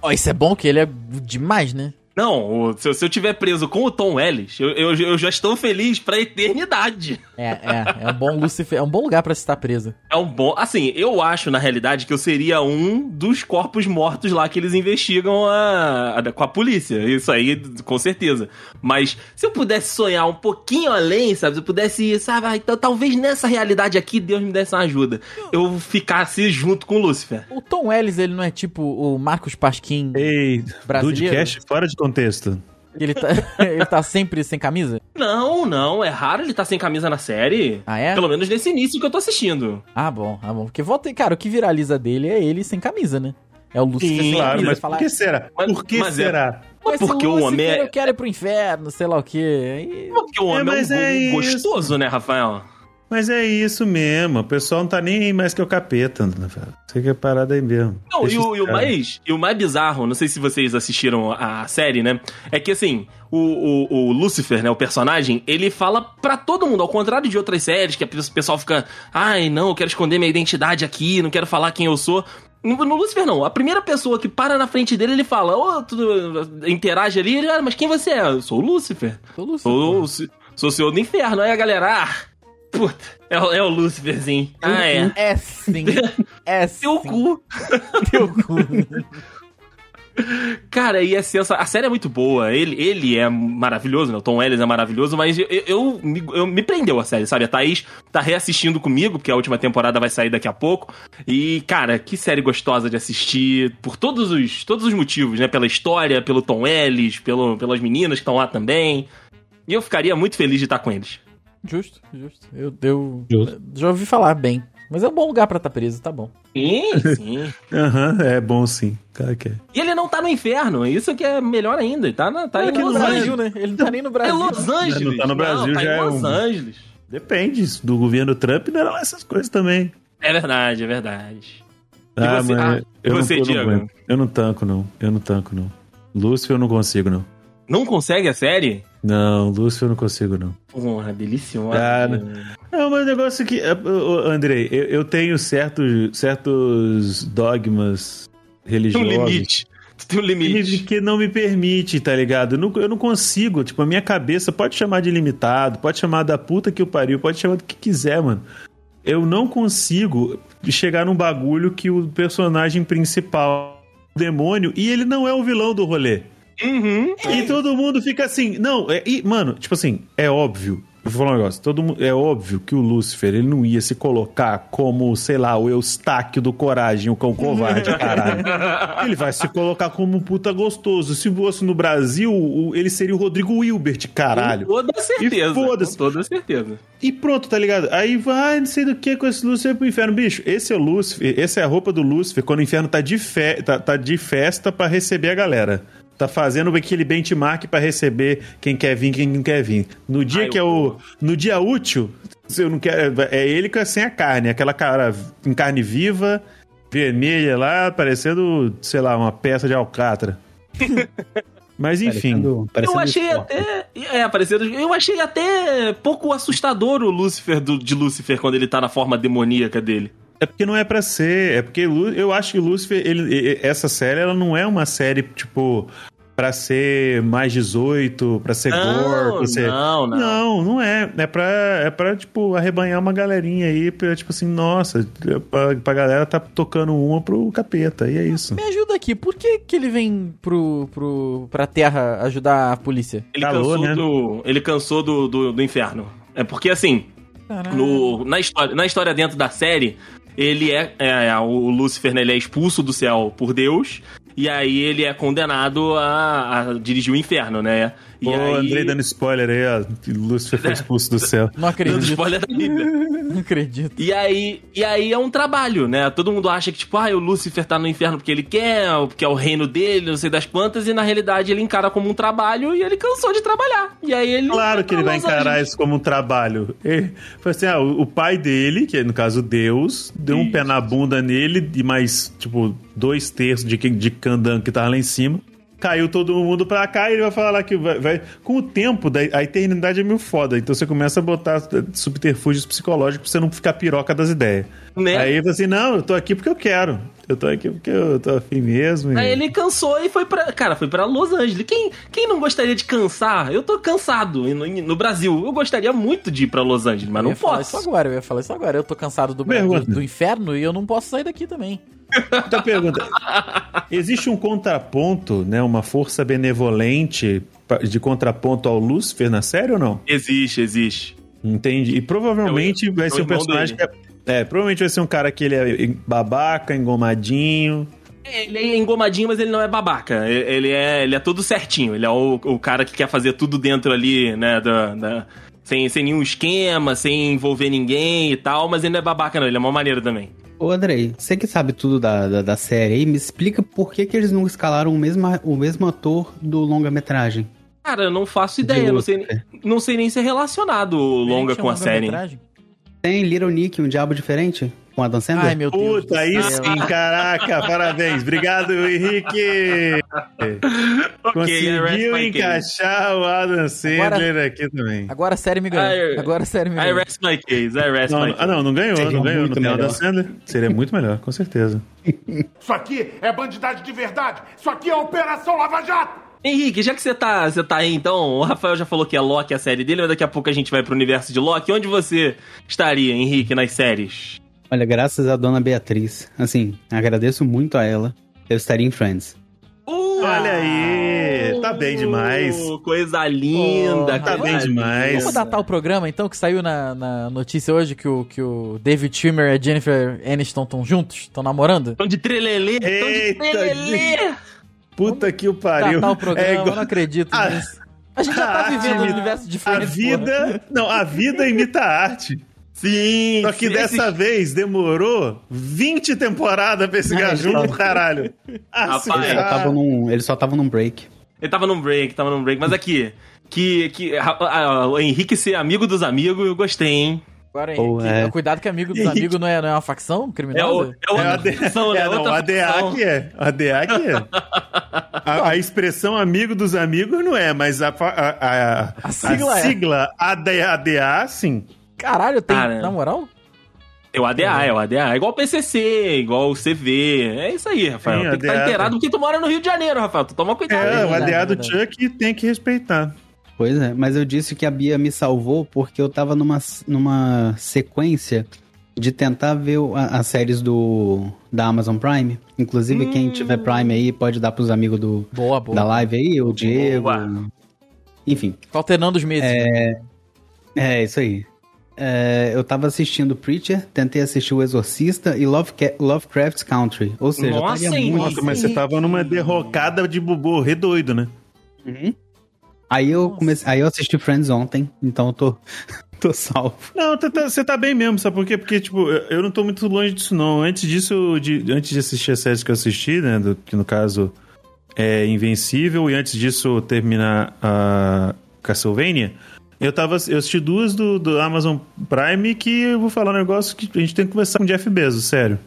B: Ó, isso é bom que ele é demais, né?
D: Não, o- se, eu- se eu tiver preso com o Tom Ellis, eu, eu- eu já estou feliz pra eternidade.
B: É, é. É um bom Lucifer. É um bom lugar pra se estar preso.
D: É um bom. Assim, eu acho, na realidade, que eu seria um dos corpos mortos lá que eles investigam a- a- com a polícia. Isso aí, com certeza. Mas se eu pudesse sonhar um pouquinho além, sabe? Se eu pudesse ir, sabe? ah, então, talvez nessa realidade aqui Deus me desse uma ajuda. Eu ficasse junto com o Lúcifer.
B: O Tom Ellis, ele não é tipo o Marcos Pasquim,
C: Ei,
B: Brasileiro?
C: Dudecast fora de contexto.
B: que ele tá, ele tá sempre sem camisa?
D: Não, não, é raro ele tá sem camisa na série.
B: Ah, é?
D: Pelo menos nesse início que eu tô assistindo.
B: Ah, bom, ah, bom. Porque volta, cara, o que viraliza dele é ele sem camisa, né? É o Lúcifer
D: Sim,
B: sem
C: Claro,
B: camisa.
C: mas
B: falar,
C: por que será?
D: Mas-
C: Por que
D: mas é-
C: será?
B: "Mas esse
D: porque o
B: Lúcifer
D: homem é-
B: Eu quero ir pro inferno, sei lá o quê. E-
D: Porque o
C: É,
D: homem é,
C: mas
D: um
C: é
D: go-
C: isso.
D: gostoso, né, Rafael?
C: Mas é isso mesmo, o pessoal não tá nem aí mais que o capeta, né, velho? Você que é parada aí mesmo.
D: Não, e
C: Deixa
D: o,
C: esse
D: e o
C: cara.
D: mais, e o mais bizarro, não sei se vocês assistiram a série, né? É que assim, o, o, o Lucifer, né, o personagem, ele fala pra todo mundo, ao contrário de outras séries, que a pe- o pessoal fica, ai, não, eu quero esconder minha identidade aqui, não quero falar quem eu sou. No, no Lucifer, não. A primeira pessoa que para na frente dele, ele fala, ô, tu interage ali, ele, ah, mas quem você é? Eu sou o Lúcifer.
B: Sou Lúcifer.
D: Sou, o ci- sou o senhor do inferno. Aí a galera, ah, puta, é, o- é o Luciferzinho. Ah, é.
B: É sim. É sim.
D: Seu cu.
B: Teu cu.
D: Cara, e é sensa... a série é muito boa. Ele, ele é maravilhoso, né? O Tom Ellis é maravilhoso, mas eu, eu, me- eu me prendeu a série, sabe? A Thaís tá reassistindo comigo, porque a última temporada vai sair daqui a pouco. E, cara, que série gostosa de assistir por todos os, todos os motivos, né? Pela história, pelo Tom Ellis, pelo, pelas meninas que estão lá também. E eu ficaria muito feliz de estar com eles.
B: Justo, justo. Eu, eu já ouvi falar bem. Mas é um bom lugar pra estar preso, tá bom.
D: Sim, sim.
C: Aham, é bom sim. Cara que é.
D: E ele não tá no inferno, isso que é melhor ainda. Ele tá, na, tá
B: Ele
D: em
B: tá no
D: Los Angeles.
B: Brasil, né? Ele não tá nem no
D: É
B: Brasil.
D: Los Angeles.
C: Não tá no Brasil,
D: tá
C: já
D: em
C: é
D: Los
C: um-
D: Angeles.
C: Depende, se do governo Trump não eram essas coisas também.
D: É verdade, é verdade.
C: Ah,
D: você-
C: mas
D: ah,
C: eu,
D: você,
C: não, eu, não
D: Diego?
C: aguento. eu não tanco, não. Eu não tanco, não. Lúcifer eu não consigo, não.
D: Não consegue a série?
C: Não, Lúcifer eu não consigo, não.
D: Porra, deliciosa.
C: Cara.
D: né?
C: Não, mas o negócio é que. eh, ô, ô, Andrei, eu, eu tenho certos, certos dogmas
D: Tem um
C: religiosos.
D: limite. Tu tem um
C: Limite
D: limite.
C: que não me permite, tá ligado? Eu não, eu não consigo. Tipo, a minha cabeça pode chamar de limitado, pode chamar da puta que o pariu, pode chamar do que quiser, mano. Eu não consigo chegar num bagulho que o personagem principal é o demônio e ele não é o vilão do rolê.
D: Uhum.
C: E todo mundo fica assim, não, é- e, mano, tipo assim, é óbvio. Vou falar um negócio. Todo mundo, é óbvio que o Lúcifer ele não ia se colocar como, sei lá, o Eustáquio do Coragem, o cão covarde, caralho. Ele vai se colocar como um puta gostoso. Se fosse no Brasil, o- ele seria o Rodrigo Wilbert, caralho.
D: Com toda certeza.
C: E foda-se.
D: Com toda certeza.
C: E pronto, tá ligado? Aí vai, não sei do que, com esse Lúcifer pro inferno. Bicho, esse é o Lúcifer, essa é a roupa do Lúcifer quando o inferno tá de, fe tá, tá de festa pra receber a galera. Tá fazendo aquele benchmark pra receber quem quer vir, quem não quer vir. No dia
D: Ai,
C: que é o.
D: eu-
C: No dia útil, se eu não quero. É ele que é sem a carne, aquela cara em carne viva, vermelha lá, parecendo, sei lá, uma peça de alcatra. Mas enfim.
E: Parecendo- parecendo
D: eu achei
E: esporte.
D: até. É, apareceram. Eu achei até pouco assustador o Lúcifer do- de Lúcifer quando ele tá na forma demoníaca dele.
C: É porque não é pra ser. É porque Lu- eu acho que Lúcifer, ele- e- e- essa série, ela não é uma série, tipo, pra ser mais 18, pra ser gore, pra ser.
D: não, não.
C: Não, não é. É pra, é pra, tipo, arrebanhar uma galerinha aí, pra, tipo assim, nossa, pra, pra galera tá tocando uma pro capeta, e é isso.
B: Me ajuda aqui, por que, que ele vem pro, pro, pra terra ajudar a polícia?
D: Ele
C: Calor,
D: cansou,
C: né?
D: do, ele cansou do, do, do inferno. É porque, assim,
B: Caralho.
D: no, na, história, na história dentro da série, ele é, é, O Lúcifer, né, ele é expulso do céu por Deus. E aí ele é condenado a, a dirigir o inferno, né? E
C: Pô,
D: aí...
C: Andrei dando spoiler aí, ó. que Lúcifer foi expulso do céu.
B: Não
D: dando
B: acredito,
D: spoiler da Bíblia.
B: não acredito.
D: E aí, e aí é um trabalho, né? Todo mundo acha que, tipo, ah, o Lúcifer tá no inferno porque ele quer, ou porque é o reino dele, não sei das quantas, e na realidade ele encara como um trabalho e ele cansou de trabalhar. E aí ele.
C: Claro que ele vai encarar isso como um trabalho. Ele, foi assim, ah, o o pai dele, que é no caso Deus, deu um
D: Isso.
C: pé na bunda nele e mais, tipo, dois terços de, quem- de candango que tava lá em cima. Caiu todo mundo pra cá e ele vai falar que vai, vai- Com o tempo, da- a eternidade é meio foda. Então você começa a botar subterfúgios psicológicos pra você não ficar piroca das ideias.
D: Né?
C: Aí você assim, não, eu tô aqui porque eu quero. Eu tô aqui porque eu tô afim mesmo. e-
D: Aí ele cansou e foi pra. Cara, foi pra Los Angeles. Quem, quem não gostaria de cansar? Eu tô cansado e no, no Brasil. Eu gostaria muito de ir pra Los Angeles, mas
B: eu
D: não
B: ia falar isso
D: posso.
B: agora, eu ia falar isso agora. Eu tô cansado do, do,
C: Pergunta.
B: do inferno e eu não posso sair daqui também.
C: Outra Então, pergunta. Existe um contraponto, né? Uma força benevolente pa- de contraponto ao Lúcifer na série ou não?
D: Existe, existe.
C: Entende? E provavelmente vai
D: é o
C: ser um
D: irmão
C: personagem que é, é, provavelmente vai ser um cara que ele é babaca, engomadinho.
D: Ele é engomadinho, mas ele não é babaca. E- Ele é, ele é todo certinho. Ele é o, o cara que quer fazer tudo dentro ali, né? Da, da- sem, sem nenhum esquema, sem envolver ninguém e tal. Mas ele não é babaca, não. Ele é uma maneira também.
E: Ô, Andrei, você que sabe tudo da, da, da série aí, me explica por que, que eles não escalaram o mesmo, o mesmo ator do longa-metragem.
D: Cara, eu não faço ideia. Não sei,
E: Lúcifer.
D: não sei nem se é relacionado o longa
B: Gente, é
D: com a série.
B: longa-metragem?
E: Tem Little Nick, um diabo diferente? Com Adam Sandler?
B: Ai, meu Deus.
C: Puta,
B: do
C: aí
B: céu.
C: sim, caraca, parabéns. Obrigado, Henrique. Conseguiu encaixar o Adam Sandler aqui também.
B: Agora a série me ganhou.
D: Ai,
B: Agora a série me
D: I
B: ganhou.
D: rest my case, I rest
C: Não,
D: my
C: não-
D: case.
C: ah, não, não ganhou,
E: Seria
C: não ganhou. Não
E: muito
C: tem
E: melhor.
C: Adam Sandler. Seria muito melhor, com certeza.
F: Isso aqui é bandidagem de verdade. Isso aqui é Operação Lava Jato.
D: Henrique, já que você tá, você tá aí então, o Rafael já falou que é Loki a série dele, mas daqui a pouco a gente vai pro universo de Loki. Onde você estaria, Henrique, nas séries?
E: Olha, graças à dona Beatriz. Assim, agradeço muito a ela. Eu estaria em Friends.
C: Olha aí, tá bem demais.
D: Coisa linda,
B: Porra,
C: tá
D: coisa
C: bem
D: linda.
C: demais.
B: Vamos datar o programa, então, que saiu na, na notícia hoje que o, que o David Trimmer e a Jennifer Aniston estão juntos? Estão namorando?
D: Tão um de trelelê, tão de
C: Eita,
D: trelelê.
C: Puta que o pariu.
B: Datar o programa, né?
C: É
B: eu
C: igual-
B: não acredito
C: Ah,
B: nisso. A gente já tá
C: a
B: vivendo o
C: ativi-
B: universo de
C: A
B: Friends, porra.
C: vida. Não, a vida imita a arte.
D: Sim,
C: Só que
D: sim, esses-
C: dessa vez demorou 20 temporadas pra esse gajum do caralho. Ah, se
D: Rapaz,
E: Eles só
C: ferrar.
E: estavam num, eles só estavam num break.
D: Ele tava num break, tava num break, mas aqui. Que, que a- a- o Henrique ser amigo dos amigos, eu gostei, hein?
B: Agora, Henrique,
E: Ou é.
B: cuidado que amigo dos amigos não é, não é uma facção
D: É, o,
B: criminosa?
D: é outra
C: a D-
D: função, né?
C: é, não,
D: Outra
C: a DA
D: função.
C: que é. A DA que é. A, a expressão amigo dos amigos não é, mas a, fa- a, a,
B: A sigla é.
C: sigla ADA, ADA, sim.
B: Caralho, tem,
D: Cara.
B: na moral?
D: É o ADA, é o ADA. É igual o PCC, igual o CV. É isso aí, Rafael.
C: Sim,
D: tem
C: ADA.
D: que estar
E: tá-
D: inteirado porque tu mora no Rio de Janeiro, Rafael. Tu toma
B: Tá
D: cuidado.
C: É,
D: hein?
C: o
B: verdade,
C: ADA do
B: verdade.
C: Chuck tem que respeitar.
E: Pois é, mas eu disse que a Bia me salvou porque eu tava numa, numa sequência de tentar ver o- a- as séries do da Amazon Prime. Inclusive,
D: Hum.
E: quem tiver Prime aí pode dar pros amigos do,
B: Boa, boa.
E: da live aí, o Diego.
D: Boa.
E: Enfim,
B: Tá alternando os meses.
E: é isso aí. É, eu tava assistindo Preacher, tentei assistir O Exorcista e Lovecraft, Lovecraft Country. Ou seja,
D: Nossa,
E: eu estaria
D: hein?
E: muito
C: Nossa, mas você tava numa derrocada de bubô, re doido, né?
E: Uhum. Aí eu comecei, aí eu assisti Friends ontem, então eu tô, tô salvo.
C: Não, tá- tá- você tá, bem mesmo, sabe por quê? Porque, tipo, eu eu não tô muito longe disso, não. Antes disso, de- antes de assistir as séries que eu assisti, né, do- que no caso é Invencível, e antes disso terminar a Castlevania, eu, tava, eu assisti duas do, do Amazon Prime que eu vou falar um negócio que a gente tem que conversar com o Jeff Bezos, sério.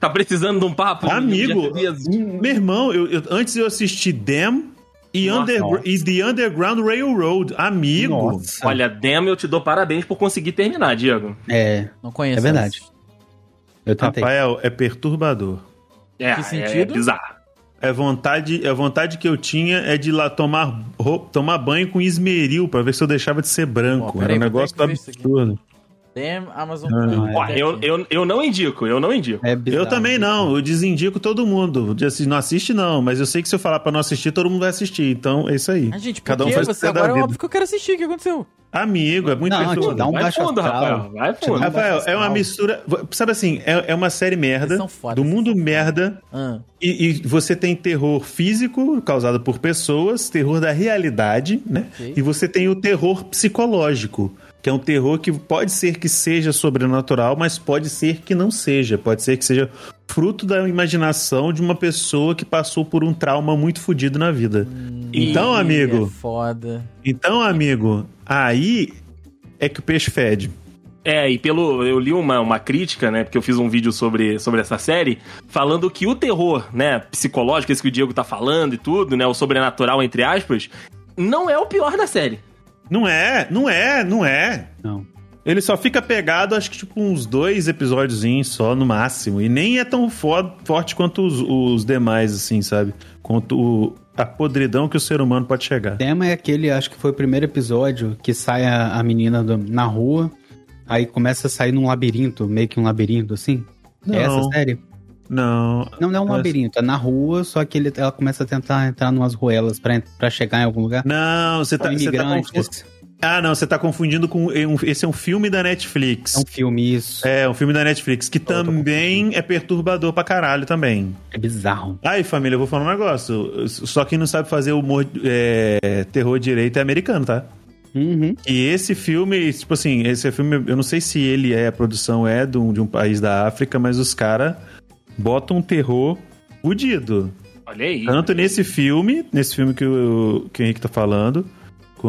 D: Tá precisando de um papo?
C: Amigo.
D: Já fez.
C: Meu irmão, eu, eu- antes eu assisti Them e,
D: Nossa,
C: Undergr-
D: nossa.
C: e The Underground Railroad, amigo.
D: Olha, Demo, eu te dou parabéns por conseguir terminar, Diego.
E: É,
B: Não conheço.
E: é verdade.
B: essa.
E: eu tentei.
C: Rafael, é perturbador.
D: É,
B: Que
D: é-
B: sentido?
D: é bizarro.
C: É vontade, a vontade que eu tinha é de ir lá tomar, roupa, tomar banho com esmeril pra ver se eu deixava de ser branco.
B: Ó,
C: Era
B: peraí,
C: um
B: vou
C: negócio
B: ter que ver isso aqui.
C: absurdo.
B: Damn, Amazon
C: Não,
B: Prime.
D: Ó, eu, eu, eu não indico, eu não indico.
E: É bizarro.
C: eu também não, eu desindico todo mundo. De assim, não assiste não, mas eu sei que se eu falar pra não assistir, todo mundo vai assistir. Então é isso aí.
B: Ah, gente, por
C: Cada um
B: que
C: faz o que
B: você
C: quer da
B: agora é
C: vida.
B: óbvio que eu quero assistir. O que aconteceu?
C: Amigo, é muito
E: Não,
C: perturbador.
E: te dá um
D: vai
E: baixo
D: fundo,
E: astral.
D: Rafael. Vai
E: Te
D: fundo.
E: dá um
C: Rafael,
E: baixo
C: é uma
E: astral.
C: mistura. Sabe assim, é, é uma série merda.
B: Vocês são foda,
C: do
B: vocês
C: mundo
B: são foda.
C: merda.
B: Ah,
C: E, e você tem terror físico causado por pessoas, terror da realidade, né?
B: Ok.
C: E você tem o terror psicológico, que é um terror que pode ser que seja sobrenatural, mas pode ser que não seja. Pode ser que seja fruto da imaginação de uma pessoa que passou por um trauma muito fodido na vida. Então,
B: ih,
C: amigo,
B: É foda.
C: então, amigo, aí é que o peixe fede.
D: É, e pelo. Eu li uma, uma crítica, né? Porque eu fiz um vídeo sobre, sobre essa série, falando que o terror, né, psicológico, esse que o Diego tá falando e tudo, né? O sobrenatural, entre aspas, não é o pior da série.
C: Não é, não é, não é.
E: Não.
C: Ele só fica pegado, acho que tipo uns dois episódiozinhos só, no máximo. E nem é tão fo- forte quanto os, os demais, assim, sabe? Quanto o- a podridão que o ser humano pode chegar.
E: O tema é aquele, acho que foi o primeiro episódio, que sai a, a menina do- na rua, aí começa a sair num labirinto, meio que um labirinto, assim.
C: Não.
E: É essa série?
C: Não,
E: Não, não é um
C: Mas-
E: labirinto, é na rua, só que ele, ela começa a tentar entrar numas ruelas pra, en- pra chegar em algum lugar.
C: não, você tá,
E: São
C: você tá confu-
E: imigrantes.
C: Ah, não, você tá confundindo com. é um- Esse é um filme da Netflix.
E: É um filme, isso. É,
C: É, um filme da Netflix, que
E: tô
C: também é perturbador pra caralho também.
E: É bizarro.
C: Aí, família, eu vou falar um negócio. Só quem não sabe fazer humor, é, terror direito é americano, tá?
E: Uhum.
C: E esse filme, tipo assim, esse filme, eu não sei se ele é, a produção é de um, de um país da África, mas os caras botam um terror fudido.
D: Olha aí.
C: Tanto nesse filme, nesse filme que o, que o Henrique tá falando,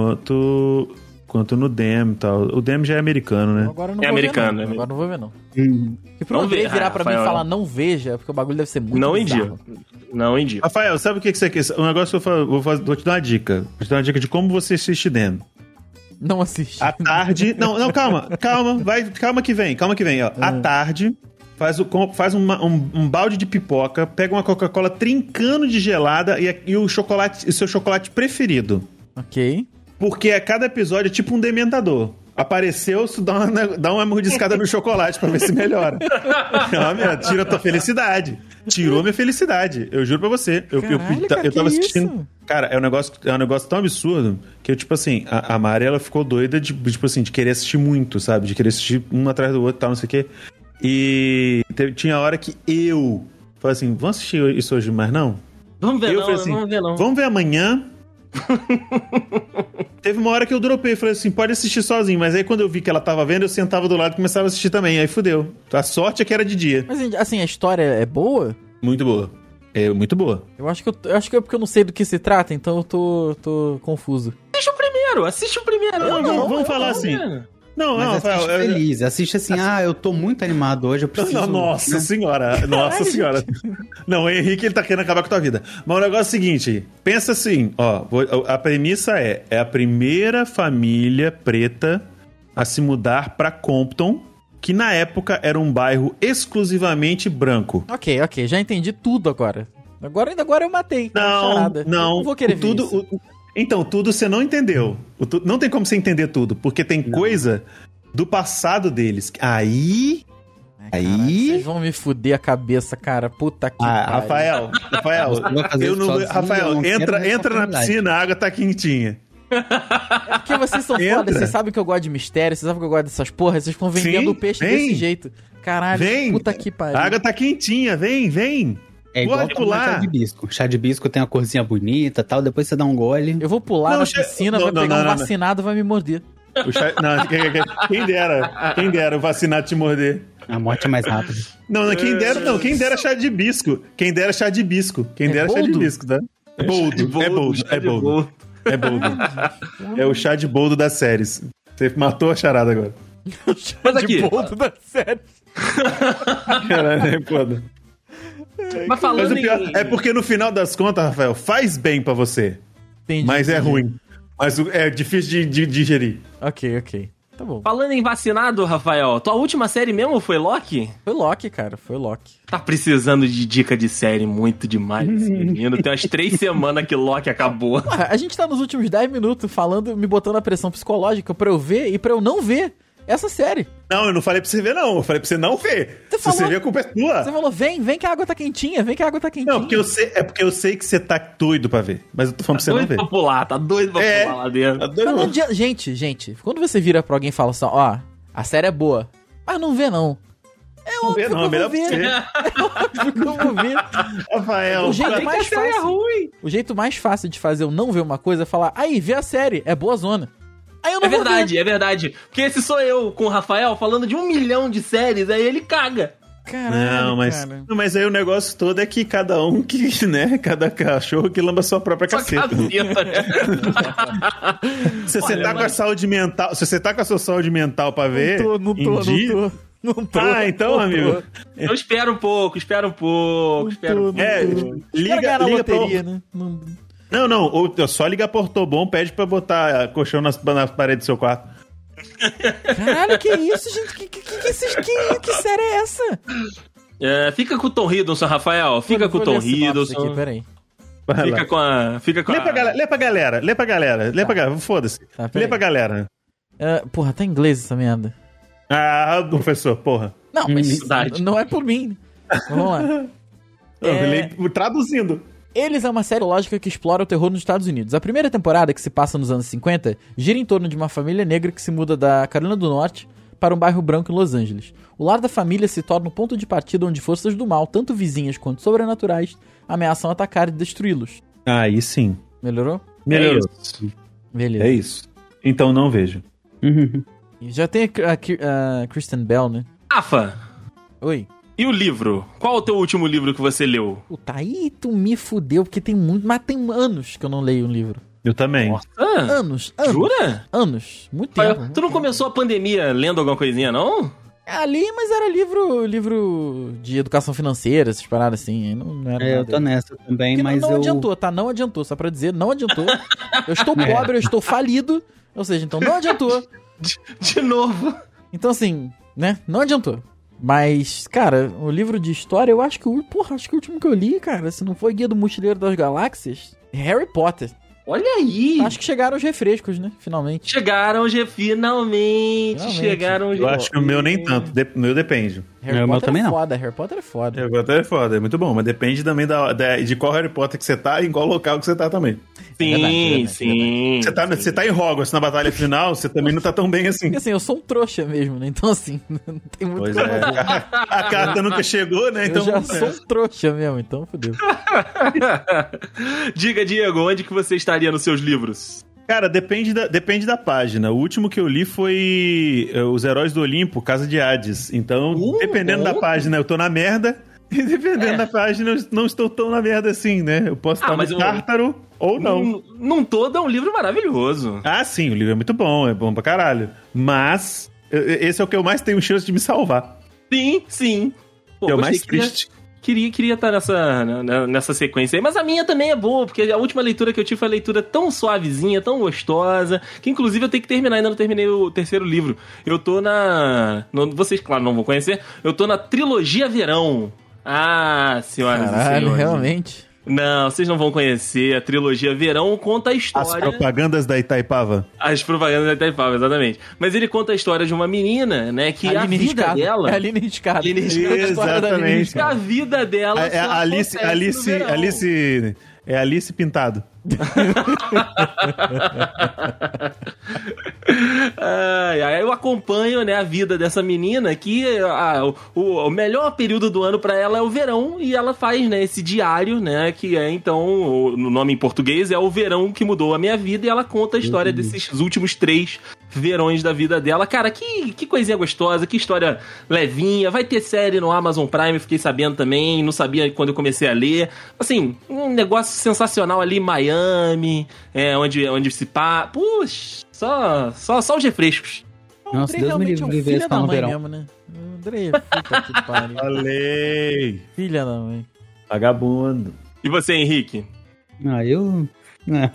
C: quanto, quanto no Dem e tal. O Dem já é americano, né?
B: Agora eu não
D: É
B: vou
D: americano,
B: ver,
D: é
B: não. Agora eu não vou ver, não.
E: Hum.
B: E pro
D: Não
B: André
D: vê-
B: virar
D: ah,
B: pra mim e
D: Rafael.
B: falar não veja, é porque o bagulho deve ser muito
D: Não
B: bizarro.
D: indico. Não indico.
C: Rafael, sabe o que, que você quer? Um negócio que eu fa- vou, fazer- vou te dar uma dica. Vou te dar uma dica de como você assiste Dem.
B: Não assiste.
C: À tarde. Não, não, calma, calma, vai, calma que vem, calma que vem, ó.
B: Ah.
C: À tarde, faz, o, com- faz uma- um, um balde de pipoca, pega uma Coca-Cola trincando de gelada e, a- e o chocolate, o seu chocolate preferido.
B: Ok.
C: Porque a cada episódio é tipo um dementador. Apareceu, isso dá uma, dá uma mordiscada no chocolate pra ver se melhora. Não, meu, tira a tua felicidade. Tirou minha felicidade. Eu juro pra você. Eu, eu- tá-
B: Caralho,
C: eu,
B: cara, que
C: tava
B: isso?
C: assistindo. Cara, é um, negócio, é um negócio tão absurdo que eu, tipo assim, a, a Mari ela ficou doida de, tipo assim, de querer assistir muito, sabe? De querer assistir um atrás do outro e tal, não sei o quê. E teve- tinha hora que eu falei assim: vamos assistir isso hoje mais, não?
D: Vamos ver,
C: Eu
D: não,
C: falei assim,
D: vamos ver, não.
C: Vamos ver amanhã. Teve uma hora que eu dropei, falei assim, pode assistir sozinho, mas aí quando eu vi que ela tava vendo, eu sentava do lado e começava a assistir também, aí fudeu. A sorte é que era de dia.
B: Mas assim, a história é boa?
C: Muito boa. É muito boa.
B: Eu acho que eu, eu acho que é porque eu não sei do que se trata, então eu tô, tô confuso.
D: Assiste o primeiro, assiste o primeiro.
C: Não, vamos- vamos falar assim.
B: né?
C: Não, não,
E: Mas assiste
C: Rafael, eu-
E: feliz, assiste assim, ah, eu tô muito animado hoje, eu preciso...
C: Não,
B: né?
C: nossa senhora, nossa senhora. Não, o Henrique, ele tá querendo acabar com a tua vida. Mas o negócio é o seguinte, pensa assim, ó, vou- a premissa é, é a primeira família preta a se mudar pra Compton, que na época era um bairro exclusivamente branco.
B: Ok, ok, já entendi tudo agora. Agora ainda agora eu matei.
C: Não,
B: charada.
C: não.
B: Não vou querer
C: o
B: ver
C: tudo,
B: isso.
C: o- o- então, tudo você não entendeu. O tu- não tem como você entender tudo, porque tem coisa do passado deles. Aí...
B: Ai,
C: aí-
B: caralho, vocês vão me fuder a cabeça, cara. Puta que pariu.
C: Ah, Rafael, Rafael,
E: Você vai fazer
C: eu não-
E: sozinho, eu assim, não
C: Rafael,
E: quero
C: entra,
E: essa
C: entra na
E: oportunidade.
C: piscina, a água tá quentinha.
B: É porque vocês são foda,
C: Entra.
B: vocês sabem que eu gosto de mistério, vocês sabem que eu gosto dessas porras, vocês ficam vendendo
C: Sim,
B: o peixe
C: vem.
B: desse jeito. Caralho,
C: Vem.
B: puta que pariu.
C: A água tá quentinha, vem, vem.
E: É igual
C: Pode
E: tomar
C: pular.
E: chá de bisco. Chá de bisco tem uma corzinha bonita tal, depois você dá um gole.
B: Eu vou pular
C: Não,
B: na
C: che-
B: piscina,
C: não,
B: vai
C: não,
B: pegar
C: não,
B: um
C: não, não.
B: vacinado e vai me morder.
C: O chá- não, quem dera, quem dera o vacinado te morder.
E: A morte é mais rápida.
C: Não, não, quem dera, não, quem dera chá de bisco. Quem dera chá de bisco. Quem
B: É
C: dera chá de
B: boldo?
C: bisco, tá? É boldo, é boldo, é boldo, é boldo. É o chá de boldo das séries. Você matou a charada agora.
D: Mas aqui,
B: Ponto da série.
C: Caralho, é foda.
D: mas
C: Mas
D: falando
C: o pior
D: em...
C: é porque no final das contas, Rafael, faz bem pra você,
B: Entendi.
C: mas é ruim. Mas o- é difícil de- de digerir.
B: Ok, ok. Tá bom.
D: Falando em vacinado, Rafael, tua última série mesmo foi Loki?
B: Foi Loki, cara, foi Loki.
D: Tá precisando de dica de série muito demais, esse menino. Tem umas três semanas que Loki acabou.
B: Porra, a gente tá nos últimos 10 minutos falando, me botando a pressão psicológica pra eu ver e pra eu não ver essa série.
C: Não, eu não falei pra você ver, não. Eu falei pra você não ver.
B: Você
C: Se
B: falou-
C: você ver, a culpa é tua.
B: Você falou, vem, vem que a água tá quentinha, vem que a água tá quentinha.
C: Não, porque eu sei, é porque eu sei que você tá doido pra ver. Mas eu tô falando pra você não
D: doido
C: ver.
D: pra pular, tá doido pra
C: É.
D: pular lá dentro.
C: Tá
B: Mas
C: doido,
B: não
C: mano.
B: adianta- Gente, gente, quando você vira pra alguém e fala assim, ó, a série é boa, mas não vê não. É
C: Não vê,
B: óbvio
C: não. É
B: que eu
C: melhor
B: vou ver. é
C: você.
B: óbvio que eu vou ver.
C: Rafael.
B: O jeito é
C: vai-
B: mais fácil.
D: é
C: um.
D: ruim.
B: O jeito mais fácil de fazer eu não ver uma coisa é falar, aí, vê a série, é boa zona. Aí eu não
D: É
B: vou
D: verdade, é verdade. Porque esse sou eu com o Rafael falando de um milhão de séries, aí ele caga.
B: ver. Caralho,
C: Não, mas,
B: né, cara.
C: não, mas aí o negócio todo é que cada um que, né? Cada cachorro que lamba sua própria
D: Só
C: caceta.
D: caceta, né?
C: Se você
D: Olha,
C: tá com a
D: mas-
C: saúde mental, se você tá com a sua saúde mental pra ver.
B: Tô, não tô,
C: em dia-
B: não tô. Não tô.
C: Ah, então,
B: não tô.
C: amigo.
D: Eu espero um pouco, espero um pouco, espero um pouco.
C: É,
B: Liga,
C: liga,
B: ganhar na
C: liga pra- um.
B: loteria, né? Não-
C: Não, não, ou é só liga pra Ortobon, pede pra botar ah, colchão nas- na, parede do seu quarto.
B: Caralho, que isso, gente? Que, que, que, que, esses- que, que série é essa?
D: É, fica com o Tom Hiddleston, Rafael. Fica com o
B: Vou
D: Tom
B: ler a sinopse aqui,
D: Hiddleston.
B: Peraí.
C: Vai lá.
D: Fica com a. Fica com
C: Lê
D: a.
C: pra, galera, lê pra galera, lê pra galera, lê pra galera, foda-se.
B: Tá, peraí.
C: lê pra galera.
B: Ah, porra, tá em inglês essa merda.
C: Ah, professor, porra.
B: Não, mas
D: Verdade.
B: não é por mim. Vamos lá.
C: Eu
B: É.
C: leio traduzindo.
B: Eles é uma série lógica que explora o terror nos Estados Unidos. A primeira temporada, que se passa nos anos 50, gira em torno de uma família negra que se muda da Carolina do Norte para um bairro branco em Los Angeles. O lar da família se torna um ponto de partida onde forças do mal, tanto vizinhas quanto sobrenaturais, ameaçam atacar e destruí-los.
C: Ah, Aí sim.
B: Melhorou?
C: Melhorou.
D: É
B: Beleza.
C: É isso. Então não vejo.
E: Uhum.
B: E Já tem a, Cri- a Cri- a Kristen Bell, né?
D: Rafa,
B: Oi.
D: e o livro? Qual o teu último livro que você leu?
B: Puta, aí tu me fudeu, porque tem muito. Mas tem anos que eu não leio um livro.
C: Eu também.
D: Ah,
B: Anos, anos.
D: jura?
B: Anos. Muito tempo.
D: Rafael, Tu não começou a pandemia lendo alguma coisinha, não?
B: Ali, mas era livro, livro de educação financeira, essas paradas assim. Não, não era
E: É, eu
B: nada.
E: tô nessa
B: Porque
E: também,
B: não-
E: mas
B: não,
E: eu...
B: adiantou, tá? Não adiantou, só pra dizer, não adiantou. Eu estou
E: É.
B: pobre, eu estou falido. Ou seja, então não adiantou.
D: De novo.
B: Então, assim, né? Não adiantou. Mas, cara, o livro de história, eu acho que o. Porra, acho que o último que eu li, cara, se não foi Guia do Mochileiro das Galáxias, Harry Potter.
D: Olha aí.
B: Acho que chegaram os refrescos, né? Finalmente.
D: Chegaram, já finalmente,
B: Finalmente.
D: Chegaram,
C: Eu acho que o meu nem tanto. De- o meu depende.
B: Harry
E: É, o meu
B: Potter
E: também
B: é
E: não.
B: foda, Harry Potter é foda.
C: Harry Potter é foda, é muito bom, mas depende também da, da- de qual Harry Potter que você tá e em qual local que você tá também.
D: Sim,
B: verdade, é verdade,
D: sim.
C: Você tá,
D: sim.
C: você tá em Hogwarts na batalha final, você também não tá tão bem assim.
B: Porque assim, eu sou um trouxa mesmo, né? Então assim, não tem muito
C: Pois
B: como
C: é,
B: fazer.
C: a, a carta nunca chegou, né? Então
B: eu já
C: é.
B: sou um trouxa mesmo, então fodeu.
C: tá-
D: Diga, Diego, onde que você estaria nos seus livros?
C: Cara, depende da, depende da página. O último que eu li foi é, Os Heróis do Olimpo, Casa de Hades. Então,
D: Uh,
C: dependendo da
D: bom.
C: página, eu tô na merda. E dependendo
D: É.
C: da página, eu não estou tão na merda assim, né? Eu posso
D: Ah,
C: estar
D: mas
C: no
D: eu-
C: Tártaro ou não.
D: Num, num todo é um livro maravilhoso.
C: Ah, sim, o livro é muito bom, é bom pra caralho. Mas eh, esse é o que eu mais tenho chance de me salvar.
D: Sim, sim. Pô,
C: é o
D: gostei,
C: mais
D: queria-
C: triste.
D: Queria, queria estar nessa, né, né, nessa sequência aí. Mas a minha também é boa, porque a última leitura que eu tive foi uma leitura tão suavezinha, tão gostosa, que inclusive eu tenho que terminar, ainda não terminei o terceiro livro. Eu tô na. no- vocês, claro, não vão conhecer. Eu tô na trilogia Verão. Ah, senhoras e
B: Caralho,
D: senhores.
B: realmente.
D: Não, vocês não vão conhecer. A trilogia Verão conta a
C: As
D: história.
C: propagandas da Itaipava.
D: As propagandas da Itaipava, exatamente. Mas ele conta a história de uma menina, né? Que a, vida
B: Riscado.
D: dela.
B: É Aline Riscado.
D: Aline Riscado.
B: A história da Aline
C: Exatamente.
D: Que a vida dela.
C: É, é
D: só
C: Alice,
D: acontece
C: Alice,
D: no verão.
C: Alice, é Alice Pintado.
D: Ai, ai, eu acompanho né, a vida dessa menina que ah, o, o- o melhor período do ano pra ela é o verão e ela faz né, esse diário, né? Que é então, o no nome em português, é o verão que mudou a minha vida e ela conta a história desses últimos três verões da vida dela. Cara, que, que coisinha gostosa, que história levinha. Vai ter série no Amazon Prime, fiquei sabendo também, não sabia quando eu comecei a ler. Assim, um negócio sensacional ali em Miami, é, onde, onde se pá. Puxa, só, só, só os refrescos.
B: O
E: Nossa,
B: Andrei
E: Deus me
B: realmente é um
E: livre de
B: filho
E: ver esse
B: da
E: tal no
B: mãe
E: verão.
B: mesmo, né? O Andrei, puta que pariu.
C: Falei!
B: Filha da mãe.
C: Vagabundo.
D: E você, Henrique?
E: Ah, eu. né,